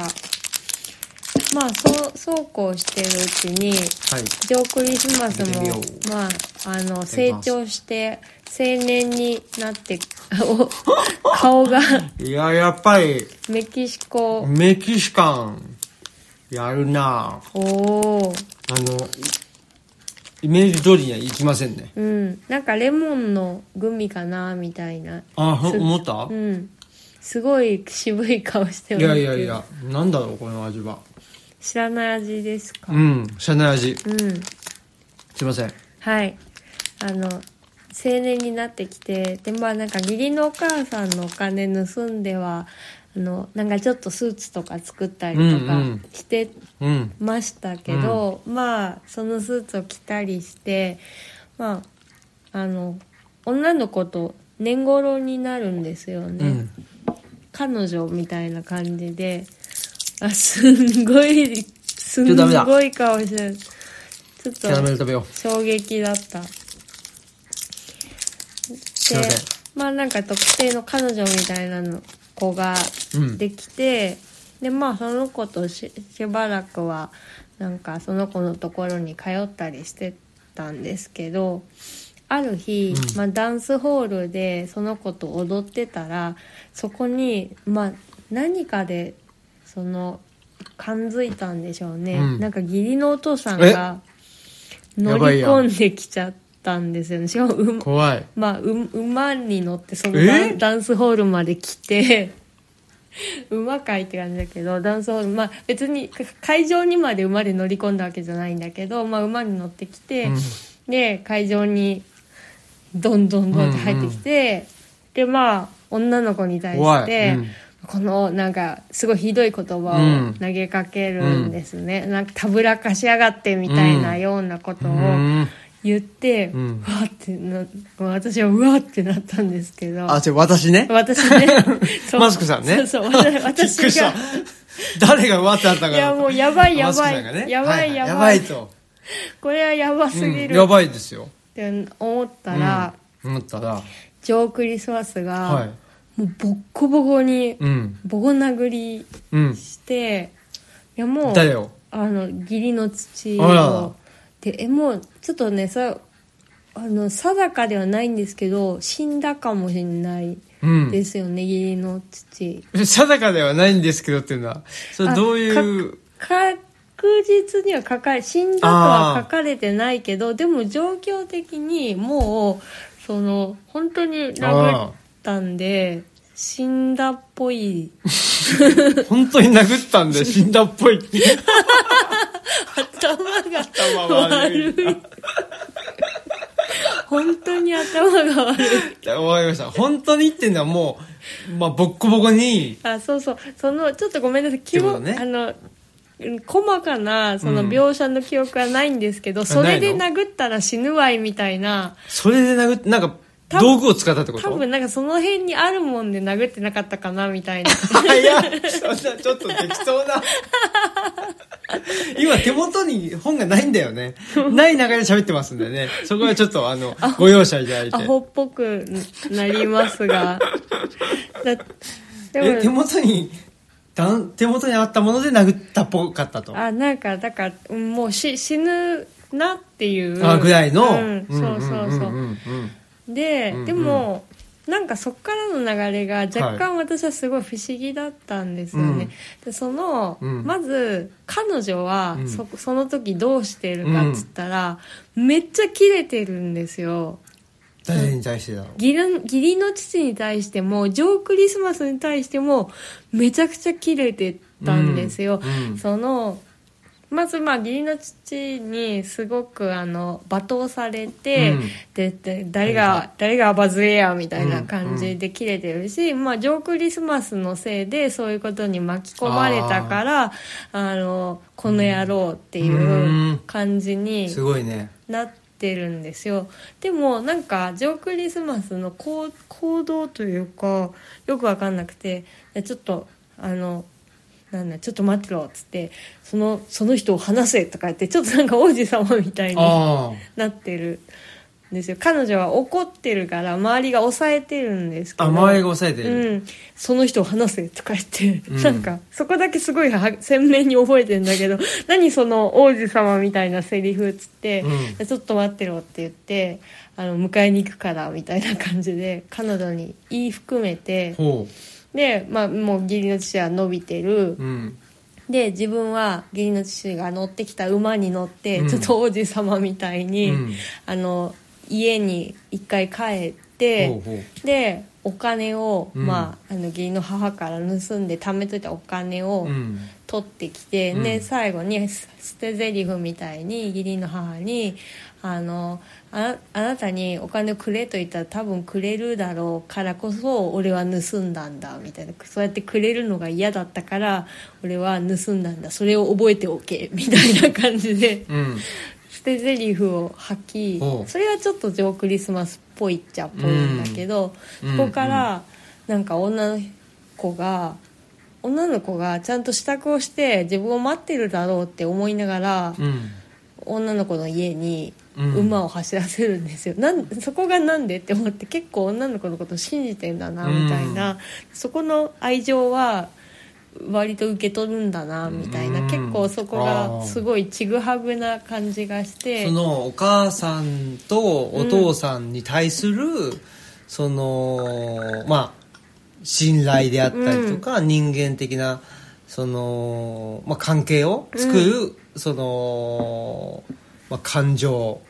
[SPEAKER 2] まあそうそうこうしてるうちに
[SPEAKER 1] はい
[SPEAKER 2] ジョークリスマス
[SPEAKER 1] 見てみよ
[SPEAKER 2] も
[SPEAKER 1] う
[SPEAKER 2] まああの
[SPEAKER 1] てみ
[SPEAKER 2] 成
[SPEAKER 1] ます
[SPEAKER 2] 長して青年になってお顔が
[SPEAKER 1] いややっぱり
[SPEAKER 2] メキシコ
[SPEAKER 1] メキシカンやるな
[SPEAKER 2] おおー
[SPEAKER 1] あのイメージ通りにはいきませんね
[SPEAKER 2] うんなんかレモンのグミかなみたいな
[SPEAKER 1] あほん思った
[SPEAKER 2] うんすごい渋い顔して
[SPEAKER 1] い
[SPEAKER 2] ます
[SPEAKER 1] や
[SPEAKER 2] け
[SPEAKER 1] い
[SPEAKER 2] ど
[SPEAKER 1] やいやなんだろうこの味は
[SPEAKER 2] 知らない味ですか
[SPEAKER 1] うん社内味
[SPEAKER 2] うん
[SPEAKER 1] すいません
[SPEAKER 2] はいあの青年になってきてでまあなんか義理のお母さんのお金盗んではあのなんかちょっとスーツとか作ったりとか
[SPEAKER 1] うんうん
[SPEAKER 2] して
[SPEAKER 1] うん
[SPEAKER 2] ましたけど、まあそのスーツを着たりしてまああの女の子と年頃になるんですよ
[SPEAKER 1] う
[SPEAKER 2] ね、
[SPEAKER 1] ん
[SPEAKER 2] 彼女みたいな感じであすんごいす
[SPEAKER 1] ちょ
[SPEAKER 2] ん
[SPEAKER 1] ダメだ
[SPEAKER 2] ごい顔してるちょっ
[SPEAKER 1] キャラメル
[SPEAKER 2] と
[SPEAKER 1] 食べよう
[SPEAKER 2] 衝撃だった。
[SPEAKER 1] いま
[SPEAKER 2] で
[SPEAKER 1] せん
[SPEAKER 2] まあなんか特定の彼女みたいなの子が
[SPEAKER 1] うん
[SPEAKER 2] できて、でまあその子とししばらくはなんかその子のところに通ったりしてたんですけどある日、
[SPEAKER 1] うん
[SPEAKER 2] まあ、ダンスホールでその子と踊ってたらそこに、まあ、何かでその感づいたんでしょうね、
[SPEAKER 1] うん
[SPEAKER 2] なんか義理のお父さんが乗り込んできちゃったんですよねしかもう
[SPEAKER 1] 怖い
[SPEAKER 2] まあ、う馬に乗ってそのダ
[SPEAKER 1] え
[SPEAKER 2] ンダンスホールまで来て 馬会って感じだけどダンスホールまあ別にか会場にまで馬で乗り込んだわけじゃないんだけど、まあ、馬に乗ってきて、
[SPEAKER 1] うん
[SPEAKER 2] で会場にどんどんどんって入ってきて、でまあ女の子に対し
[SPEAKER 1] 怖い
[SPEAKER 2] て、
[SPEAKER 1] うん
[SPEAKER 2] このなんかすごいひどい言葉を投げかけるんですね、なんかたぶらかしやがってみたいなようなこと
[SPEAKER 1] う
[SPEAKER 2] を。
[SPEAKER 1] ん
[SPEAKER 2] 言って、
[SPEAKER 1] うん
[SPEAKER 2] わーってな私はうわーってなったんですけど
[SPEAKER 1] あそれ私ね
[SPEAKER 2] 私ねそ う
[SPEAKER 1] マスクさんね
[SPEAKER 2] そうそう わた私
[SPEAKER 1] びっくりした
[SPEAKER 2] が
[SPEAKER 1] 誰が奪ってあったから
[SPEAKER 2] いやもうやばいや
[SPEAKER 1] マスク
[SPEAKER 2] ば
[SPEAKER 1] さ
[SPEAKER 2] い、
[SPEAKER 1] んがね
[SPEAKER 2] やば
[SPEAKER 1] はい
[SPEAKER 2] やばい
[SPEAKER 1] やばいと
[SPEAKER 2] これはやばすぎ
[SPEAKER 1] うん
[SPEAKER 2] る、
[SPEAKER 1] や
[SPEAKER 2] っ
[SPEAKER 1] ばいですよ
[SPEAKER 2] て思ったら、
[SPEAKER 1] うん思ったら
[SPEAKER 2] ジョー・クリスマスが、
[SPEAKER 1] はい
[SPEAKER 2] もうボッコボコに、
[SPEAKER 1] うん
[SPEAKER 2] ボコ殴り
[SPEAKER 1] うん
[SPEAKER 2] していやもう
[SPEAKER 1] 誰を
[SPEAKER 2] あの義理の父
[SPEAKER 1] あら
[SPEAKER 2] をでえもうちょっとねさあの定かではないんですけど死んだかもしれない
[SPEAKER 1] うん
[SPEAKER 2] ですよね、義理の父
[SPEAKER 1] 定かではないんですけどっていうのはそれどういう
[SPEAKER 2] 確実には書かれ死んだとは書かれてないけどでも状況的にもうその本当に殴ったんで死んだっ ぽい
[SPEAKER 1] 本当に殴ったんで死んだっぽい
[SPEAKER 2] 頭が
[SPEAKER 1] 頭
[SPEAKER 2] 悪
[SPEAKER 1] 悪
[SPEAKER 2] い
[SPEAKER 1] い
[SPEAKER 2] 本当に頭が悪い
[SPEAKER 1] わかりました本当にっていうのはもう、まあ、ボッコボコに
[SPEAKER 2] あそうそうそのちょっとごめんなさい
[SPEAKER 1] て
[SPEAKER 2] 記
[SPEAKER 1] こと
[SPEAKER 2] 憶、
[SPEAKER 1] ね
[SPEAKER 2] あのうん細かなその
[SPEAKER 1] うん
[SPEAKER 2] 描写の記憶はないんですけど、それで
[SPEAKER 1] ない
[SPEAKER 2] 殴ったら死ぬわいみたいな
[SPEAKER 1] それで殴ってなんか
[SPEAKER 2] 多分
[SPEAKER 1] 道具を使ったってこと
[SPEAKER 2] 多分なんかその辺にあるもんで殴ってなかったかなみたいな
[SPEAKER 1] 早いそんなちょっとできそうな今手元に本がないんだよねない中で喋ってますんでねそこはちょっとあのご容赦いただいて
[SPEAKER 2] アホっぽくなります がだで
[SPEAKER 1] え
[SPEAKER 2] も
[SPEAKER 1] 手元にだん手元にあったもので殴ったっぽかったと
[SPEAKER 2] あなんかだからうんもうし死ぬなっていう
[SPEAKER 1] あぐらいの、
[SPEAKER 2] うん、そうそうそう,、
[SPEAKER 1] んんうん
[SPEAKER 2] で、
[SPEAKER 1] うんうん
[SPEAKER 2] でもなんかそっからの流れが若干私はすごい不思議だったんですよね、
[SPEAKER 1] うん
[SPEAKER 2] でその、
[SPEAKER 1] うん
[SPEAKER 2] まず彼女は
[SPEAKER 1] うん
[SPEAKER 2] そその時どうしてるかっつったら、めっちゃキレてるんですよ
[SPEAKER 1] 誰に対してだろう
[SPEAKER 2] 義理義理の父に対してもジョークリスマスに対してもめちゃくちゃキレてたんですよ、
[SPEAKER 1] うんうん
[SPEAKER 2] そのまずまあ義理の父にすごくあの罵倒されて、
[SPEAKER 1] うん
[SPEAKER 2] でで誰が誰がバズれやみたいな感じでキレてるし、まあ、ジョークリスマスのせいでそういうことに巻き込まれたからあのこの野郎っていう感じに
[SPEAKER 1] すごいね
[SPEAKER 2] なってるんですよでもなんかジョークリスマスの行行動というかよくわかんなくてでちょっとあのなんだちょっと待ってろっつってそのその人を話せとか言ってちょっとなんか王子様みたいに
[SPEAKER 1] あ
[SPEAKER 2] なってるんですよ彼女は怒ってるから周りが抑えてるんですけ
[SPEAKER 1] あ
[SPEAKER 2] ど
[SPEAKER 1] 甘えが抑えてる、
[SPEAKER 2] うん、その人を話せとか言って、
[SPEAKER 1] うん
[SPEAKER 2] なんかそこだけすごいは鮮明に覚えてんだけど何その王子様みたいなセリフっつって、
[SPEAKER 1] う
[SPEAKER 2] ちょっと待ってろって言ってあの迎えに行くからみたいな感じで彼女に言い含めて
[SPEAKER 1] ほ
[SPEAKER 2] で、まあ、もう義理の父は伸びて
[SPEAKER 1] う
[SPEAKER 2] る、
[SPEAKER 1] うん
[SPEAKER 2] で自分は義理の父が乗ってきた馬に乗って、
[SPEAKER 1] うん
[SPEAKER 2] ちょっと王子様みたいに、
[SPEAKER 1] うん
[SPEAKER 2] あの家に一回帰って。
[SPEAKER 1] ほうほう
[SPEAKER 2] でお金を、
[SPEAKER 1] うん
[SPEAKER 2] まあ、あの義理の母から盗んで貯めといたお金を
[SPEAKER 1] うん
[SPEAKER 2] 取ってきて、
[SPEAKER 1] うん
[SPEAKER 2] で最後にす捨て台詞みたいに義理の母にあのあ「あなたにお金をくれ」と言ったら多分くれるだろうからこそ俺は盗んだんだみたいなそうやってくれるのが嫌だったから俺は盗んだんだそれを覚えておけみたいな感じで。
[SPEAKER 1] うん
[SPEAKER 2] 捨て台詞を吐き
[SPEAKER 1] おう
[SPEAKER 2] それはちょっとジョークリスマスっぽいっちゃっぽいんだけど、
[SPEAKER 1] うん
[SPEAKER 2] そこからなんか女の子が女の子がちゃんと支度をして自分を待ってるだろうって思いながら、
[SPEAKER 1] うん
[SPEAKER 2] 女の子の家に
[SPEAKER 1] うん
[SPEAKER 2] 馬を走らせるんですよ、なんそこがなんでって思って結構女の子のこと信じてんだなみたいな、
[SPEAKER 1] うん
[SPEAKER 2] そこの愛情は割と受け取るんだなみたいな、
[SPEAKER 1] うん
[SPEAKER 2] 結構そこがすごいちぐはぐな感じがして
[SPEAKER 1] そのお母さんとお父さんに対する、そのまあ信頼であったりとか、人間的なその、まあ、関係を作る、その、まあ、感情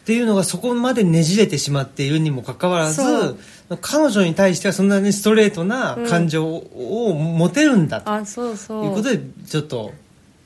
[SPEAKER 1] っていうのがそこまでねじれてしまっているにもかかわら
[SPEAKER 2] そう
[SPEAKER 1] ず彼女に対してはそんなにストレートな感情を持てるんだと
[SPEAKER 2] あそうそう
[SPEAKER 1] いうことでちょっと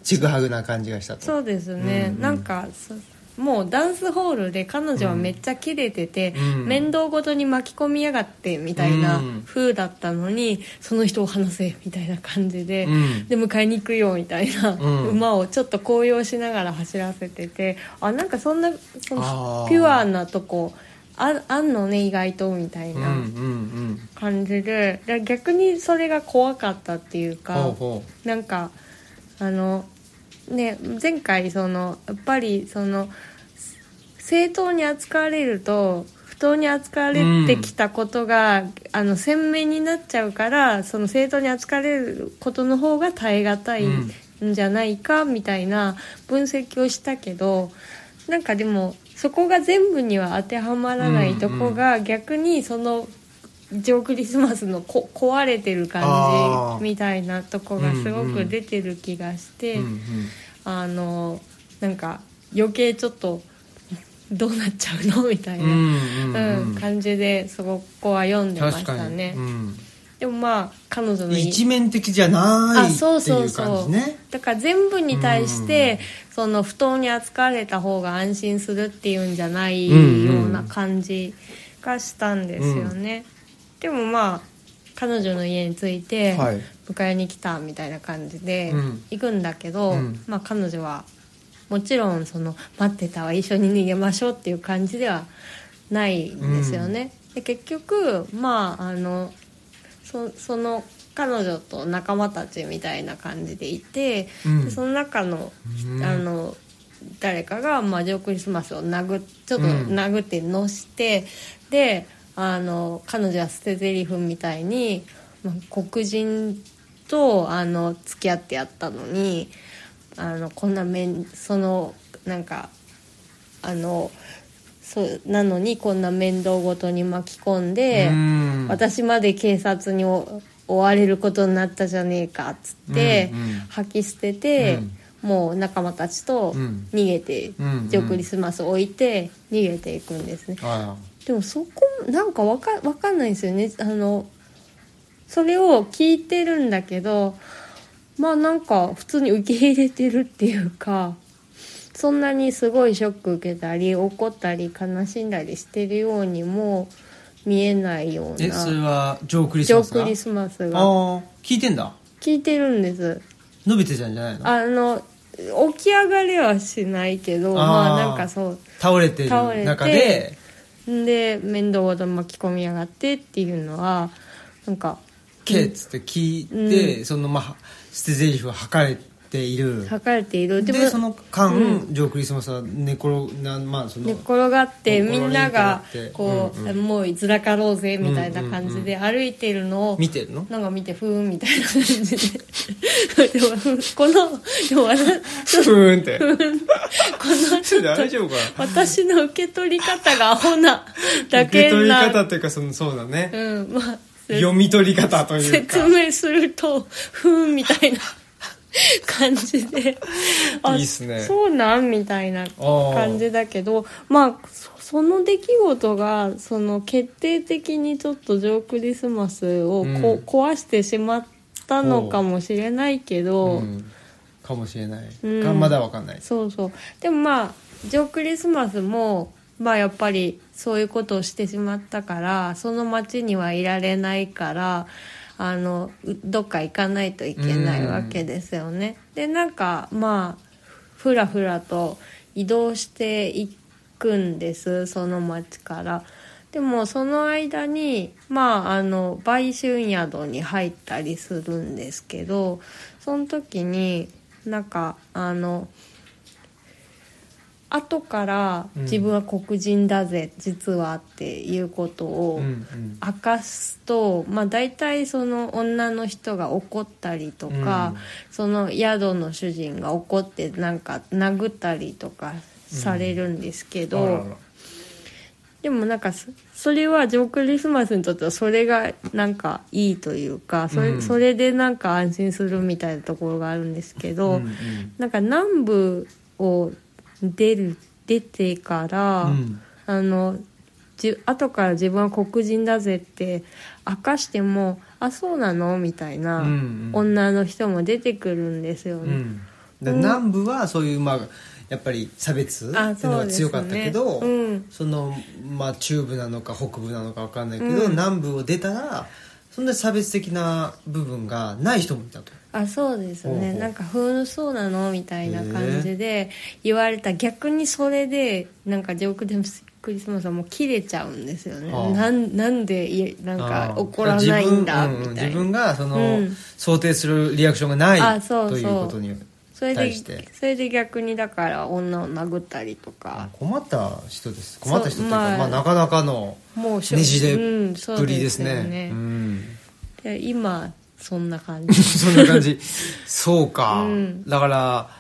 [SPEAKER 1] ちぐはぐな感じがしたと。
[SPEAKER 2] そうですね、
[SPEAKER 1] うんうん
[SPEAKER 2] なんかそもうダンスホールで彼女はめっちゃキレてて、
[SPEAKER 1] うん
[SPEAKER 2] 面倒ごとに巻き込みやがってみたいな
[SPEAKER 1] うん
[SPEAKER 2] 風だったのに、その人を話せみたいな感じで、
[SPEAKER 1] うん
[SPEAKER 2] で迎えに行くよみたいな、
[SPEAKER 1] うん
[SPEAKER 2] 馬をちょっと高揚しながら走らせててあなんかそんなそ
[SPEAKER 1] あ
[SPEAKER 2] の
[SPEAKER 1] ー
[SPEAKER 2] ピュアなとこああんのね意外とみたい
[SPEAKER 1] うん
[SPEAKER 2] な
[SPEAKER 1] うん
[SPEAKER 2] 感じで,、で逆にそれが怖かったっていう
[SPEAKER 1] うん。
[SPEAKER 2] か。
[SPEAKER 1] ほうほ
[SPEAKER 2] なんかあのね前回そのやっぱりその正当に扱われると不当に扱われてきたことが、あの鮮明になっちゃうからその正当に扱われることの方が耐え難いんじゃないかみたいな分析をしたけどなんかでもそこが全部には当てはまらないとこが、逆にそのジョークリスマスのこ壊れてる感
[SPEAKER 1] あー
[SPEAKER 2] じみたいなとこがすごく出てる気がして、
[SPEAKER 1] う。うんうん
[SPEAKER 2] あのなんか余計ちょっとどうなっちゃうのみたいな、
[SPEAKER 1] う
[SPEAKER 2] うん
[SPEAKER 1] んうんうん。
[SPEAKER 2] 感じでそこは読んでまし
[SPEAKER 1] 確か
[SPEAKER 2] た
[SPEAKER 1] に
[SPEAKER 2] ね。。
[SPEAKER 1] うん
[SPEAKER 2] でもまあ彼女の
[SPEAKER 1] 一面的じゃない
[SPEAKER 2] あ
[SPEAKER 1] って
[SPEAKER 2] そうそ
[SPEAKER 1] いうう
[SPEAKER 2] そう
[SPEAKER 1] 感じね。
[SPEAKER 2] だから全部に対して、その不当に扱われた方が安心するっていうんじゃないよ
[SPEAKER 1] うんうん
[SPEAKER 2] うな感じがしたんですよね、でもまあ彼女の家に着いて
[SPEAKER 1] はい
[SPEAKER 2] 迎えに来たみたいな感じで
[SPEAKER 1] うん
[SPEAKER 2] 行くんだけど、
[SPEAKER 1] うん
[SPEAKER 2] まあ、彼女はもちろんその待ってたわ一緒に逃げましょうっていう感じではないんですよね、で結局まああのそその彼女と仲間たちみたいな感じでいて、
[SPEAKER 1] うん
[SPEAKER 2] でその中の,、
[SPEAKER 1] うん
[SPEAKER 2] あの誰かが、まあ、ジョークリスマスを殴っちょっと
[SPEAKER 1] うん
[SPEAKER 2] 殴ってのして、であの彼女は捨て台詞みたいに、まあ、黒人とあの付き合ってやったのにあのこんな面そのなんかあのそうなのにこんな面倒ごとに巻き込んで。
[SPEAKER 1] うん
[SPEAKER 2] 私まで警察にお追われることになったじゃねえかっつって、
[SPEAKER 1] うんうん
[SPEAKER 2] 吐き捨てて、もう仲間たちと
[SPEAKER 1] うん
[SPEAKER 2] 逃げて、
[SPEAKER 1] うんうん
[SPEAKER 2] ジョークリスマスを置いて逃げていくんですね
[SPEAKER 1] あ
[SPEAKER 2] でもそこなんかわかわかんないんですよねあのそれを聞いてるんだけどまあなんか普通に受け入れてるっていうかそんなにすごいショック受けたり怒ったり悲しんだりしてるようにも見えないような
[SPEAKER 1] えそれはジョークリ
[SPEAKER 2] ジ
[SPEAKER 1] ス
[SPEAKER 2] ョ
[SPEAKER 1] マス
[SPEAKER 2] ーク
[SPEAKER 1] が。
[SPEAKER 2] リスマス
[SPEAKER 1] ああ
[SPEAKER 2] が
[SPEAKER 1] 聞いてんだ。
[SPEAKER 2] 聞いてるんです
[SPEAKER 1] 伸びてたんじゃないの？
[SPEAKER 2] あの起き上がりはしないけどまあ
[SPEAKER 1] あー
[SPEAKER 2] なんかそう
[SPEAKER 1] 倒れてる
[SPEAKER 2] 倒れて
[SPEAKER 1] 中で。
[SPEAKER 2] で面倒ごと巻き込みやがってっていうのはなんか
[SPEAKER 1] け」っつって聞いて、そのまあ捨て台詞を吐かれている
[SPEAKER 2] 書かれている
[SPEAKER 1] でその間、
[SPEAKER 2] う
[SPEAKER 1] ジョー・クリスマスは寝転なまあその
[SPEAKER 2] 寝転がって
[SPEAKER 1] 転が
[SPEAKER 2] み
[SPEAKER 1] り
[SPEAKER 2] んなが
[SPEAKER 1] 転がって
[SPEAKER 2] こう、
[SPEAKER 1] うんう
[SPEAKER 2] もういずらかろうぜみたいな感じで歩いてるのを、
[SPEAKER 1] 見てるの
[SPEAKER 2] なんか見てふーんみたいな感じで でもこのでもあの
[SPEAKER 1] ふーんって
[SPEAKER 2] このちょっと
[SPEAKER 1] 大丈夫かな
[SPEAKER 2] 私の受け取り方がアホなだ
[SPEAKER 1] 受け
[SPEAKER 2] け
[SPEAKER 1] 取り
[SPEAKER 2] な
[SPEAKER 1] 方というかそのそうだね、
[SPEAKER 2] うんまあ
[SPEAKER 1] 読み取り方というか
[SPEAKER 2] 説明するとふーんみた いな感じであ
[SPEAKER 1] いいっすね
[SPEAKER 2] そうなんみたいな感じだけどまあそその出来事がその決定的にちょっとジョー・クリスマスをこ、
[SPEAKER 1] うん
[SPEAKER 2] 壊してしまったのかもしれないけど、
[SPEAKER 1] うんかもしれない、
[SPEAKER 2] うん
[SPEAKER 1] がまだわかんない
[SPEAKER 2] そうそうでもまあジョー・クリスマスもまあやっぱりそういうことをしてしまったからその町にはいられないからあのうどっか行かないといけないわけですよね。でなんかまあふらふらと移動していくんですその町から。でもその間にまああの売春宿に入ったりするんですけどその時になんかあの後から
[SPEAKER 1] うん
[SPEAKER 2] 自分は黒人だぜ、実はっていうことを、
[SPEAKER 1] うんうん
[SPEAKER 2] 明かすと、まあ、大体その女の人が怒ったりとか、その宿の主人が怒ってなんか殴ったりとかされるんですけど、
[SPEAKER 1] あらら
[SPEAKER 2] でもなんかそそれはジョー・クリスマスにとってはそれがなんかいいというかそれ,、
[SPEAKER 1] うん
[SPEAKER 2] それでなんか安心するみたいなところがあるんですけど、
[SPEAKER 1] うんうん
[SPEAKER 2] なんか南部を出る出てから。
[SPEAKER 1] うん
[SPEAKER 2] あのじ後から自分は黒人だぜって明かしても「あそうなの?」みたいな、
[SPEAKER 1] うんうん
[SPEAKER 2] 女の人も出てくるんですよ
[SPEAKER 1] う
[SPEAKER 2] ね。
[SPEAKER 1] んだから南部はそういうまあやっぱり差別っていう
[SPEAKER 2] あ
[SPEAKER 1] のが強かったけど
[SPEAKER 2] そうですねうん
[SPEAKER 1] そのまあ中部なのか北部なのかわかんないけど、
[SPEAKER 2] うん
[SPEAKER 1] 南部を出たらそんなに差別的な部分がない人もいたと
[SPEAKER 2] あそうです
[SPEAKER 1] ほう
[SPEAKER 2] ね
[SPEAKER 1] ほう
[SPEAKER 2] なんか「ふーんそうなの?」みたいな感じで言われた逆にそれでなんかジョークでもクリスマスはもう切れちゃうんですよね
[SPEAKER 1] ああ
[SPEAKER 2] なんなんでいなんか
[SPEAKER 1] あー
[SPEAKER 2] 怒らないんだ
[SPEAKER 1] 自分,うんうん、
[SPEAKER 2] みたい
[SPEAKER 1] 自
[SPEAKER 2] な
[SPEAKER 1] 分がその、
[SPEAKER 2] うん
[SPEAKER 1] 想定するリアクションがない
[SPEAKER 2] あそうそう
[SPEAKER 1] ということに
[SPEAKER 2] それで
[SPEAKER 1] 対して
[SPEAKER 2] それで逆にだから女を殴ったりとか
[SPEAKER 1] 困った人です困った人というか
[SPEAKER 2] そうまあ
[SPEAKER 1] まあ、なかなかの
[SPEAKER 2] もうしょ
[SPEAKER 1] ねじれ
[SPEAKER 2] うんそう
[SPEAKER 1] ぶりです
[SPEAKER 2] よ
[SPEAKER 1] ね,、うん
[SPEAKER 2] で今そんな感じ
[SPEAKER 1] そんな感 じそうか、
[SPEAKER 2] うん
[SPEAKER 1] だから、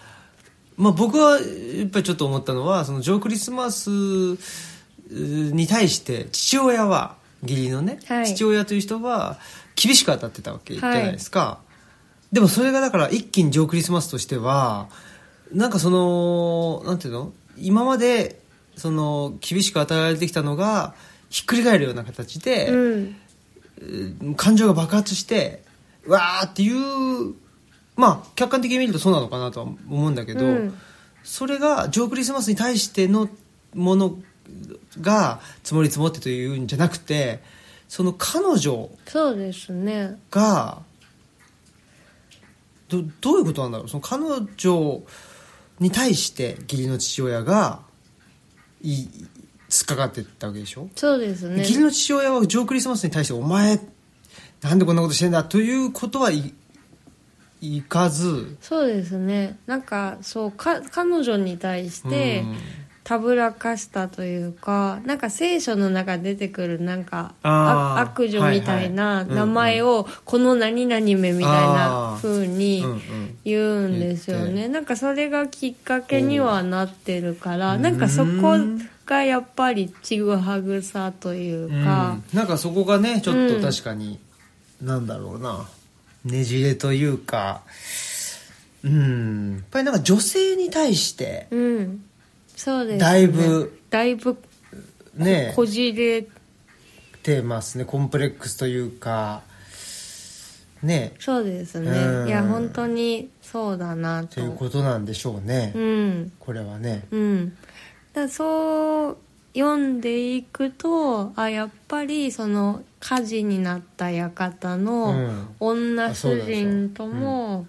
[SPEAKER 1] まあ、僕はやっぱりちょっと思ったのはそのジョー・クリスマスうーに対して父親は義理のね、
[SPEAKER 2] はい
[SPEAKER 1] 父親という人は厳しく当たってたわけじゃないですか、でもそれがだから一気にジョー・クリスマスとしてはなんかそのなんていうの今までその厳しく与えられてきたのがひっくり返るような形で、
[SPEAKER 2] うん
[SPEAKER 1] 感情が爆発してうわーっていうまあ客観的に見るとそうなのかなとは思うんだけど、
[SPEAKER 2] うん
[SPEAKER 1] それがジョー・クリスマスに対してのものが積もり積もってというんじゃなくてその彼女
[SPEAKER 2] そうですね
[SPEAKER 1] がどどういうことなんだろうその彼女に対して義理の父親がい突っかかってったわけでしょ
[SPEAKER 2] そうですね
[SPEAKER 1] 義理の父親はジョー・クリスマスに対して「お前なんでこんなことしてんだ」ということはいいかず
[SPEAKER 2] そうですねなんかそうか彼女に対して
[SPEAKER 1] うん
[SPEAKER 2] たぶらかしたというかなんか聖書の中で出てくるなんか
[SPEAKER 1] あー
[SPEAKER 2] あ悪女みたい
[SPEAKER 1] はいは
[SPEAKER 2] ない
[SPEAKER 1] うんうん
[SPEAKER 2] 名前をこの何々めみたいな風に
[SPEAKER 1] うんうん
[SPEAKER 2] 言うんですよ
[SPEAKER 1] 言っ
[SPEAKER 2] ねなんかそれがきっかけにはなってるから
[SPEAKER 1] うん
[SPEAKER 2] なんかそこがやっぱりちぐはぐさという
[SPEAKER 1] うん
[SPEAKER 2] か、
[SPEAKER 1] なんかそこがねちょっ
[SPEAKER 2] う
[SPEAKER 1] と
[SPEAKER 2] ん
[SPEAKER 1] 確かに、なんだろうなねじれというかうんやっぱりなんか女性に対して
[SPEAKER 2] うんそうですね
[SPEAKER 1] だいぶ
[SPEAKER 2] だいぶ
[SPEAKER 1] ね
[SPEAKER 2] こじれ
[SPEAKER 1] てますねコンプレックスというかね
[SPEAKER 2] そうですね、
[SPEAKER 1] うん
[SPEAKER 2] いや本当にそうだな
[SPEAKER 1] と
[SPEAKER 2] と
[SPEAKER 1] いうことなんでしょうね、
[SPEAKER 2] うん
[SPEAKER 1] これはね
[SPEAKER 2] うんだそう読んでいくとあやっぱりその火事になった館の女
[SPEAKER 1] あそう
[SPEAKER 2] 主
[SPEAKER 1] だそう
[SPEAKER 2] 人とも、ん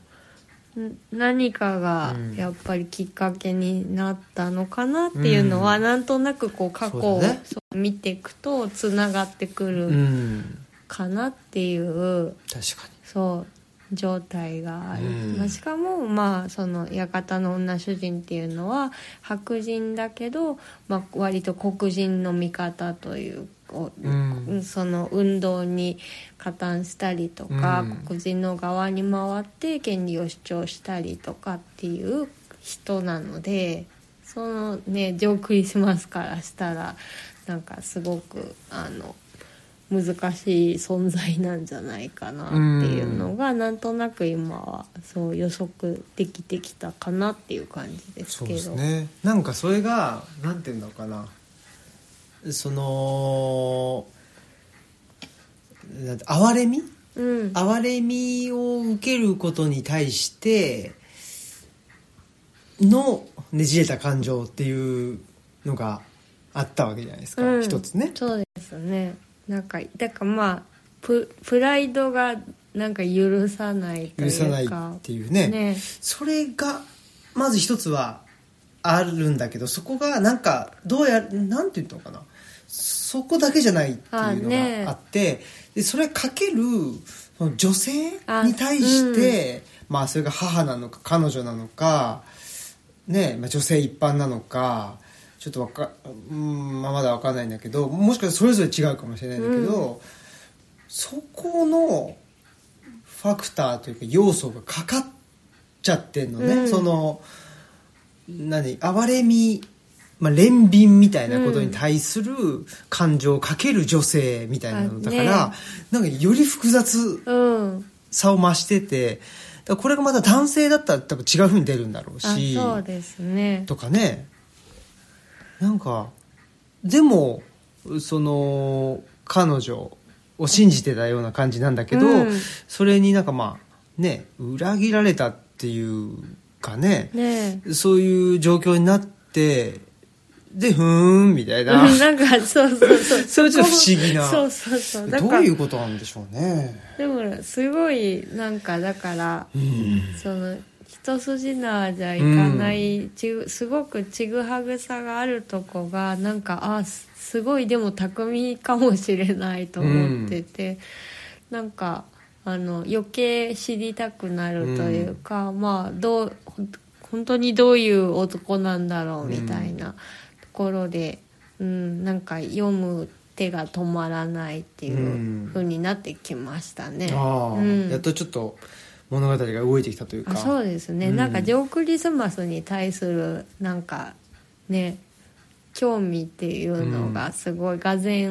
[SPEAKER 2] 何かが
[SPEAKER 1] うん
[SPEAKER 2] やっぱりきっかけになったのかなっていうのは、
[SPEAKER 1] うん
[SPEAKER 2] なんとなくこう過去を
[SPEAKER 1] そうだね
[SPEAKER 2] そう見ていくとつながってく
[SPEAKER 1] う
[SPEAKER 2] る
[SPEAKER 1] ん
[SPEAKER 2] かなっていう
[SPEAKER 1] 確か
[SPEAKER 2] そう状態がある、
[SPEAKER 1] うん
[SPEAKER 2] まあ、しかもまあその館の女主人っていうのは白人だけど、まあ、割と黒人の味方というこう
[SPEAKER 1] うん
[SPEAKER 2] その運動に加担したりとか、
[SPEAKER 1] うん
[SPEAKER 2] 黒人の側に回って権利を主張したりとかっていう人なのでそのねジョークリスマスからしたらなんかすごくあの難しい存在なんじゃないかなっていうのが、なんとなく今はそう予測できてきたかなっていう感じで
[SPEAKER 1] に
[SPEAKER 2] す
[SPEAKER 1] そう
[SPEAKER 2] け
[SPEAKER 1] です
[SPEAKER 2] ど。
[SPEAKER 1] ねなんかそれがなんていうんだろうかなそのなんて哀れみ
[SPEAKER 2] うん、
[SPEAKER 1] 哀れみを受けることに対してのねじれた感情っていうのがあったわけじゃないですか、
[SPEAKER 2] うん
[SPEAKER 1] 一つね
[SPEAKER 2] そうですねなんかだからまあププライドがなんか許さないとい
[SPEAKER 1] 許
[SPEAKER 2] うか
[SPEAKER 1] さないっていうね
[SPEAKER 2] ね
[SPEAKER 1] それがまず一つはあるんだけどそこがなんかどうやなんて言ったのかなそこだけじゃないっていう
[SPEAKER 2] あね
[SPEAKER 1] のがあってでそれかけるその女性
[SPEAKER 2] あ
[SPEAKER 1] に対してまあそれが母なのか彼女なのか、ねまあ、女性一般なのかちょっとわか、うんまあ、まだわかんないんだけどもしかしたらそれぞれ違うかもしれないんだけど、そこのファクターというか要素がかかっちゃってんのね、
[SPEAKER 2] うん
[SPEAKER 1] その何哀れみ、まあ、憐憫みたいなことに対する感情をかける女性みたいなのだから、
[SPEAKER 2] あね
[SPEAKER 1] なんかより複雑
[SPEAKER 2] うん
[SPEAKER 1] さを増しててだからこれがまた男性だったら多分違うふうに出るんだろう
[SPEAKER 2] あ
[SPEAKER 1] し
[SPEAKER 2] そうですね
[SPEAKER 1] とかねなんかでもその彼女を信じてたような感じなんだけど、
[SPEAKER 2] うん
[SPEAKER 1] それになんかまあね裏切られたっていうかね
[SPEAKER 2] ね
[SPEAKER 1] そういう状況になってでふーんみたい
[SPEAKER 2] え
[SPEAKER 1] な
[SPEAKER 2] なんかそうそうそう
[SPEAKER 1] それちょっと不思議な
[SPEAKER 2] そうそうそうだ
[SPEAKER 1] ど
[SPEAKER 2] か
[SPEAKER 1] う
[SPEAKER 2] ら
[SPEAKER 1] いうことなんでしょうね。
[SPEAKER 2] でもすごいなんかだから
[SPEAKER 1] うん
[SPEAKER 2] その一筋縄じゃいかない、ちぐすごくちぐはぐさがあるとこがなんかあすすごいでも巧みかもしれないと思ってて、なんかあの余計知りたくなるというか、まあどうほん本当にどういう男なんだろうみたいなところで、うん、なんか読む手が止まらないっていう風になってきましたね。
[SPEAKER 1] ああ、
[SPEAKER 2] うん
[SPEAKER 1] やっとちょっと物語が動いてきたというか
[SPEAKER 2] あそうですね、
[SPEAKER 1] うん
[SPEAKER 2] なんかジョークリスマスに対するなんかね興味っていうのがすごいがぜ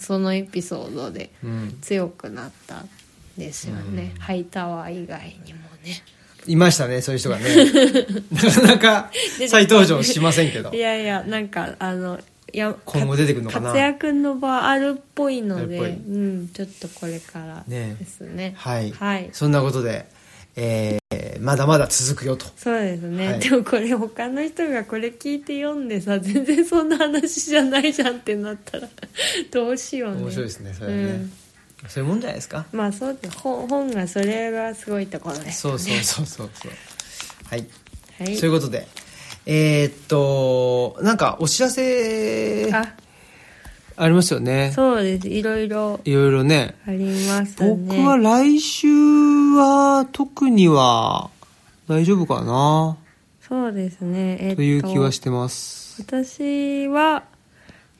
[SPEAKER 2] そのエピソードで
[SPEAKER 1] うん、
[SPEAKER 2] 強くなったんですよね、ハイタワー以外にもね
[SPEAKER 1] いましたねそういう 人がねなかなか再登場しませんけど
[SPEAKER 2] いやいやなんかあのいや
[SPEAKER 1] 今後出てくるのかな
[SPEAKER 2] 活躍の場あるっぽいので
[SPEAKER 1] あるっぽい
[SPEAKER 2] うん、ちょっとこれから
[SPEAKER 1] ね
[SPEAKER 2] ですね
[SPEAKER 1] はい、
[SPEAKER 2] はい
[SPEAKER 1] そんなことで、えーまだまだ続くよと
[SPEAKER 2] そうですね、
[SPEAKER 1] はい
[SPEAKER 2] でもこれ他の人がこれ聞いて読んでさ 全然そんな話じゃないじゃんってなったら どうしようね
[SPEAKER 1] 面白いですねそれはね、
[SPEAKER 2] うん
[SPEAKER 1] そういうもんじゃないですか
[SPEAKER 2] まあそうです本本がそれがすごいところです
[SPEAKER 1] そうそうそうそうそうはい
[SPEAKER 2] はい
[SPEAKER 1] そういうことでえーっとなんかお知らせあ
[SPEAKER 2] あ
[SPEAKER 1] りますよね
[SPEAKER 2] そうですいろいろ
[SPEAKER 1] いろいろね
[SPEAKER 2] ありますね
[SPEAKER 1] 僕は来週は特には大丈夫かな
[SPEAKER 2] そうですねえっと
[SPEAKER 1] という気はしてます、
[SPEAKER 2] 私は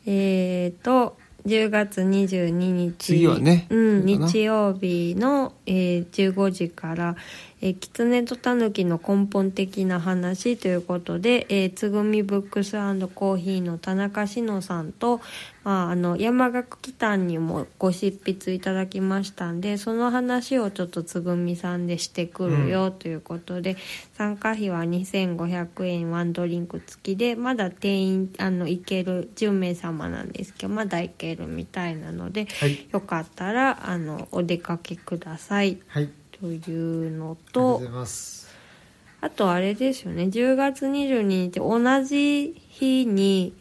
[SPEAKER 2] えっ、と10月22日
[SPEAKER 1] 次はね
[SPEAKER 2] うん、
[SPEAKER 1] そうだな
[SPEAKER 2] 日曜日の、えー15時から「えー、狐とタヌキの根本的な話」ということで、えーつぐみブックスコーヒーの田中志乃さんと、まあ、あの山岳北丹にもご執筆いただきましたんでその話をちょっとつぐみさんでしてくるよということで、参加費は2500円ワンドリンク付きでまだ定員あの行ける10名様なんですけどまだ行けるみたいなので。
[SPEAKER 1] はい
[SPEAKER 2] よかったらあのお出かけください
[SPEAKER 1] はいあり
[SPEAKER 2] というの
[SPEAKER 1] がとうご
[SPEAKER 2] と
[SPEAKER 1] ざいます
[SPEAKER 2] あとあれですよね10月22日同じ日に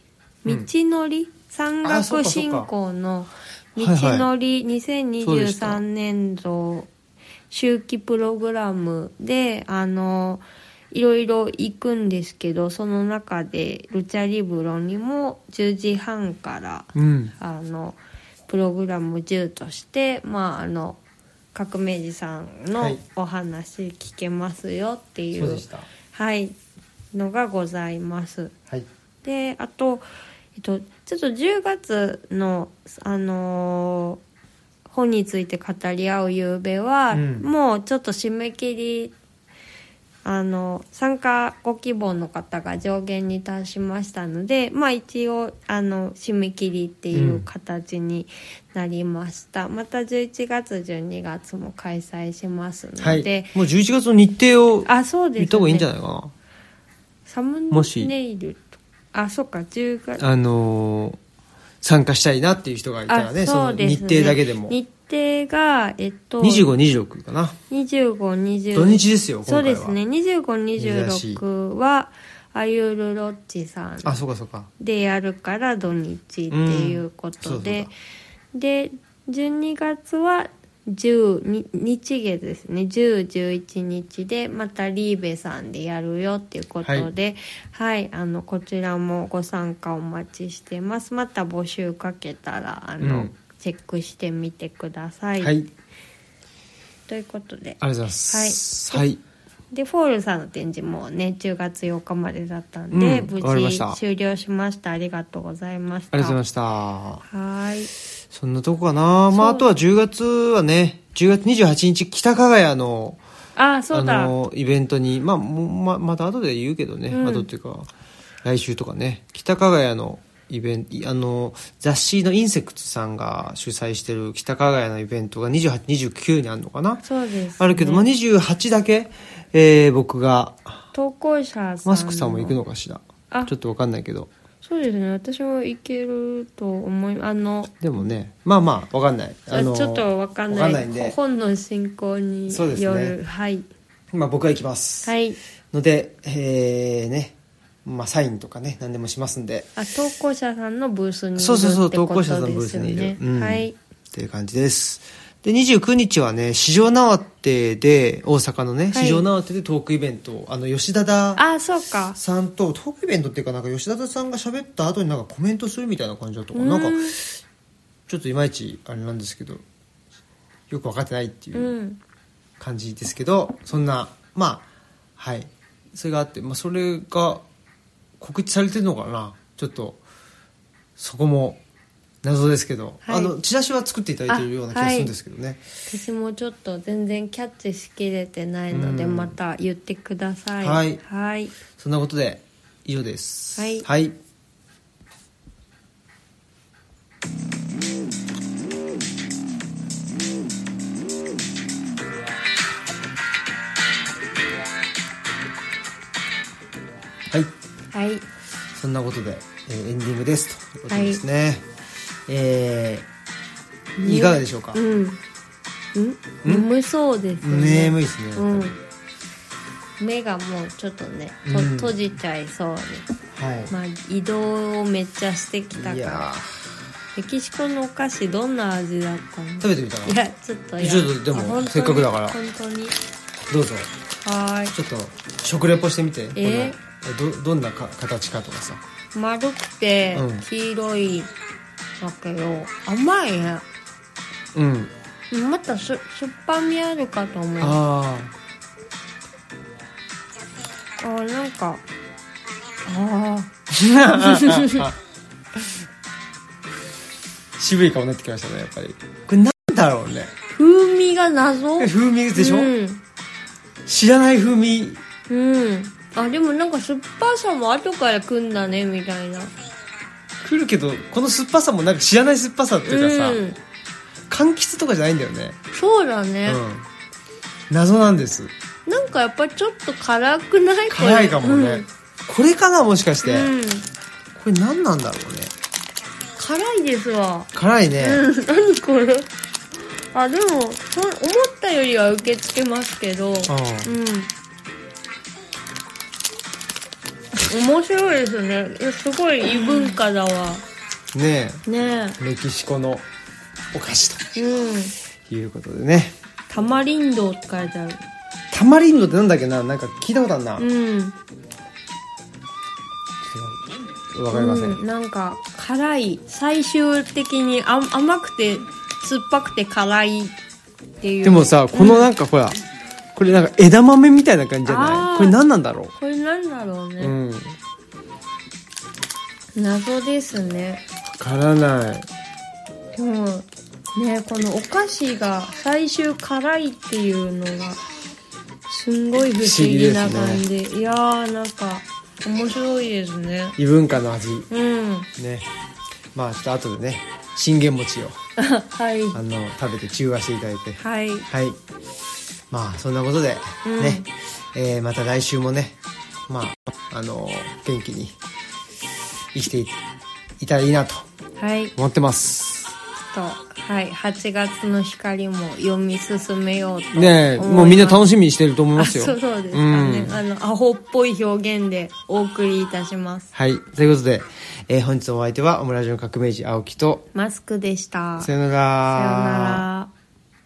[SPEAKER 2] 道のり、山
[SPEAKER 1] あそう
[SPEAKER 2] 岳
[SPEAKER 1] かそう
[SPEAKER 2] 振
[SPEAKER 1] か
[SPEAKER 2] 興の
[SPEAKER 1] は
[SPEAKER 2] 道
[SPEAKER 1] いはい
[SPEAKER 2] のり
[SPEAKER 1] そうでした
[SPEAKER 2] 2023年度秋季プログラムであのいろいろ行くんですけどその中でルチャリブロにも10時半から
[SPEAKER 1] うん
[SPEAKER 2] あのプログラム10として、まあ、あの革命児さん
[SPEAKER 1] は
[SPEAKER 2] の
[SPEAKER 1] い
[SPEAKER 2] お話聞けますよってい
[SPEAKER 1] そう
[SPEAKER 2] う
[SPEAKER 1] でした
[SPEAKER 2] はい、のがございます。
[SPEAKER 1] はい
[SPEAKER 2] であと、えっと、ちょっと10月の、あのー本について語り合う夕べは、
[SPEAKER 1] うん
[SPEAKER 2] もうちょっと締め切りあの参加ご希望の方が上限に達しましたので、まあ、一応あの締め切りっていう形になりました、また11月12月も開催しますの
[SPEAKER 1] はい
[SPEAKER 2] で、
[SPEAKER 1] もう11月の日程を
[SPEAKER 2] あそうです、ね、
[SPEAKER 1] 言った方がいいんじゃ
[SPEAKER 2] ない
[SPEAKER 1] ないかな、
[SPEAKER 2] サム
[SPEAKER 1] もし
[SPEAKER 2] ネイルとあそうか10月
[SPEAKER 1] あのー参加したいなっていう人がいたらねその日程だけでも
[SPEAKER 2] 日程が、えっと、
[SPEAKER 1] 2526かな
[SPEAKER 2] 25、20
[SPEAKER 1] 土日ですよ今回
[SPEAKER 2] そ
[SPEAKER 1] は
[SPEAKER 2] うですね。25、
[SPEAKER 1] 珍しい
[SPEAKER 2] 26は、あゆるロッチさん
[SPEAKER 1] あそうかそうか
[SPEAKER 2] でやるから土日っていうこと
[SPEAKER 1] うん
[SPEAKER 2] で
[SPEAKER 1] そう、
[SPEAKER 2] で、12月は10に日月ですね10、11日でまたリーベさんでやるよっていうことで、はい、あのこちらもご参加お待ちしてますまた募集かけたらあの、
[SPEAKER 1] うん
[SPEAKER 2] チェックしてみてくださ、
[SPEAKER 1] はいい、あり
[SPEAKER 2] ということで
[SPEAKER 1] がとうございますはい、
[SPEAKER 2] でフォールさんの展示もね10月8日までだったんで、
[SPEAKER 1] うん
[SPEAKER 2] 無
[SPEAKER 1] わかりまし
[SPEAKER 2] 事
[SPEAKER 1] た
[SPEAKER 2] 終了しましたありがとうございました
[SPEAKER 1] ありがとうございました
[SPEAKER 2] はい
[SPEAKER 1] そんなとこかなまあ
[SPEAKER 2] そう
[SPEAKER 1] あとは10月はね10月28日北加賀屋の
[SPEAKER 2] あそうだ
[SPEAKER 1] あのイベントに、まあ、もうままた後で言うけどね、
[SPEAKER 2] うん
[SPEAKER 1] 後っていうか来週とかね北加賀屋のイベントあの雑誌のインセクツさんが主催してる北加賀屋のイベントが2829にあるのかな
[SPEAKER 2] そうです、
[SPEAKER 1] あるけど、まあ、28だけ、えー僕が
[SPEAKER 2] 投稿者さんの
[SPEAKER 1] マスクさんも行くのかしら
[SPEAKER 2] あ
[SPEAKER 1] ちょっと分かんないけど
[SPEAKER 2] そうですね私もいけると思いあの
[SPEAKER 1] でもねまあまあ分かんない
[SPEAKER 2] あちょっとわかん
[SPEAKER 1] わ
[SPEAKER 2] ない
[SPEAKER 1] んで、
[SPEAKER 2] 本の進行に
[SPEAKER 1] そうですね
[SPEAKER 2] よる、はい
[SPEAKER 1] まあ、僕は行きます、
[SPEAKER 2] はい
[SPEAKER 1] のでえーねまあサインとかね何でもしますんで
[SPEAKER 2] あ投稿者さんのブースにいる
[SPEAKER 1] そうそうそう
[SPEAKER 2] ってこ
[SPEAKER 1] 投
[SPEAKER 2] と
[SPEAKER 1] 稿
[SPEAKER 2] です
[SPEAKER 1] 者
[SPEAKER 2] よ
[SPEAKER 1] さん
[SPEAKER 2] ね
[SPEAKER 1] のブースにいる、うん
[SPEAKER 2] はい
[SPEAKER 1] っていう感じですで29日はね市場縄手で大阪のね、
[SPEAKER 2] はい
[SPEAKER 1] 市場縄手でトークイベントあの吉田田
[SPEAKER 2] あそうか
[SPEAKER 1] さんとトークイベントっていうかなんか吉田田さんが喋った後になんかコメントするみたいな感じだったかななんか
[SPEAKER 2] うん
[SPEAKER 1] ちょっといまいちあれなんですけどよく分かってないっていううん感じですけど、そんなまあはいそれがあって、まあ、それが告知されてるのかなちょっとそこも謎ですけど、
[SPEAKER 2] はい
[SPEAKER 1] あのチラシは作っていただいているような気がするんですけどね、
[SPEAKER 2] 私もちょっと全然キャッチしきれてないので
[SPEAKER 1] うん
[SPEAKER 2] また言ってください
[SPEAKER 1] はい
[SPEAKER 2] はい
[SPEAKER 1] そんなことで以上です
[SPEAKER 2] はい
[SPEAKER 1] はい、はい
[SPEAKER 2] はい
[SPEAKER 1] そんなことで、えーエンディングですということですね、えーいかがでしょうか、
[SPEAKER 2] うんうん眠そうですね
[SPEAKER 1] 眠いですね、
[SPEAKER 2] う
[SPEAKER 1] やっ
[SPEAKER 2] ん
[SPEAKER 1] ぱり
[SPEAKER 2] 目がもうちょっとねと
[SPEAKER 1] うん
[SPEAKER 2] 閉じちゃいそうで
[SPEAKER 1] はい、
[SPEAKER 2] まあ移動をめっちゃしてきた
[SPEAKER 1] い
[SPEAKER 2] から
[SPEAKER 1] や
[SPEAKER 2] メキシコのお菓子どんな味だったの
[SPEAKER 1] ー食べてみたら
[SPEAKER 2] いやちょっとや
[SPEAKER 1] ちょっとでも
[SPEAKER 2] あ本当に
[SPEAKER 1] せっかくだから
[SPEAKER 2] 本当に
[SPEAKER 1] どうぞ
[SPEAKER 2] はー
[SPEAKER 1] ちょっと食レポしてみて、このえ
[SPEAKER 2] え
[SPEAKER 1] どどんなか形かとかさ
[SPEAKER 2] い丸くて
[SPEAKER 1] うん
[SPEAKER 2] 黄色いだけど、甘いね
[SPEAKER 1] うん
[SPEAKER 2] またしょしょっぱみあるかと思うあ
[SPEAKER 1] あ
[SPEAKER 2] ーな んかあ
[SPEAKER 1] あ渋い顔になってきましたねやっぱりこれなんだろうね
[SPEAKER 2] ー風味が謎
[SPEAKER 1] 風味でしょ、
[SPEAKER 2] うん、
[SPEAKER 1] 知らない風味
[SPEAKER 2] うん、あでもなんか酸っぱさも後からくんだねみたいな
[SPEAKER 1] 来るけどこの酸っぱさもなんか知らない酸っぱさっていうかさ、
[SPEAKER 2] うん、
[SPEAKER 1] 柑橘とかじゃないんだよね
[SPEAKER 2] そうだね、
[SPEAKER 1] うん謎なんです
[SPEAKER 2] なんかやっぱちょっと辛くないこれ
[SPEAKER 1] 辛いかもね、
[SPEAKER 2] うん
[SPEAKER 1] これかなもしかして、
[SPEAKER 2] うん
[SPEAKER 1] これ何なんだろうね
[SPEAKER 2] 辛いですわ
[SPEAKER 1] 辛いね、
[SPEAKER 2] うん何これあでもそ思ったよりは受け付けますけどうん面白いですねいやすごい異文化だわ
[SPEAKER 1] うんね
[SPEAKER 2] ね
[SPEAKER 1] えメキシコのお菓子
[SPEAKER 2] えうん
[SPEAKER 1] ということでね
[SPEAKER 2] タマリンドって書いてある
[SPEAKER 1] タマリンドってなんだっけななんか聞いたことあるな、
[SPEAKER 2] うん
[SPEAKER 1] わかりません、
[SPEAKER 2] うん、なんか辛い最終的にあ甘くて酸っぱくて辛いっていう
[SPEAKER 1] でもさこのなんかほらこれなんか枝豆みたいな感じじゃ
[SPEAKER 2] あ
[SPEAKER 1] な
[SPEAKER 2] ー
[SPEAKER 1] いこれ何なんだろ
[SPEAKER 2] これなんだろうね、
[SPEAKER 1] ううんわ
[SPEAKER 2] 謎ですね
[SPEAKER 1] からない
[SPEAKER 2] でもねこのお菓子が最終辛いっていうのがすんごい不思議な
[SPEAKER 1] 不思
[SPEAKER 2] 感
[SPEAKER 1] 議
[SPEAKER 2] じ、いやーなんか面白いですね
[SPEAKER 1] 異文化の味
[SPEAKER 2] うん
[SPEAKER 1] ねまあちょっと後でね信玄餅を
[SPEAKER 2] はい
[SPEAKER 1] あの食べて中和していただいて
[SPEAKER 2] はい
[SPEAKER 1] はいまあそんなことで、
[SPEAKER 2] うん
[SPEAKER 1] ね、えーまた来週もねまああの元気に生きていいたらいいなと
[SPEAKER 2] はい
[SPEAKER 1] 思ってます
[SPEAKER 2] とはい8月の光も読み進めようと思い
[SPEAKER 1] ねえ
[SPEAKER 2] ます
[SPEAKER 1] もうみんな楽しみにしてると思いますよ
[SPEAKER 2] あそうそうですかね、
[SPEAKER 1] うん
[SPEAKER 2] あのアホっぽい表現でお送りいたします
[SPEAKER 1] はいということで、えー本日のお相手はオムラジオ革命児青木と
[SPEAKER 2] マスクでした
[SPEAKER 1] さ
[SPEAKER 2] さよ
[SPEAKER 1] よなら
[SPEAKER 2] うなら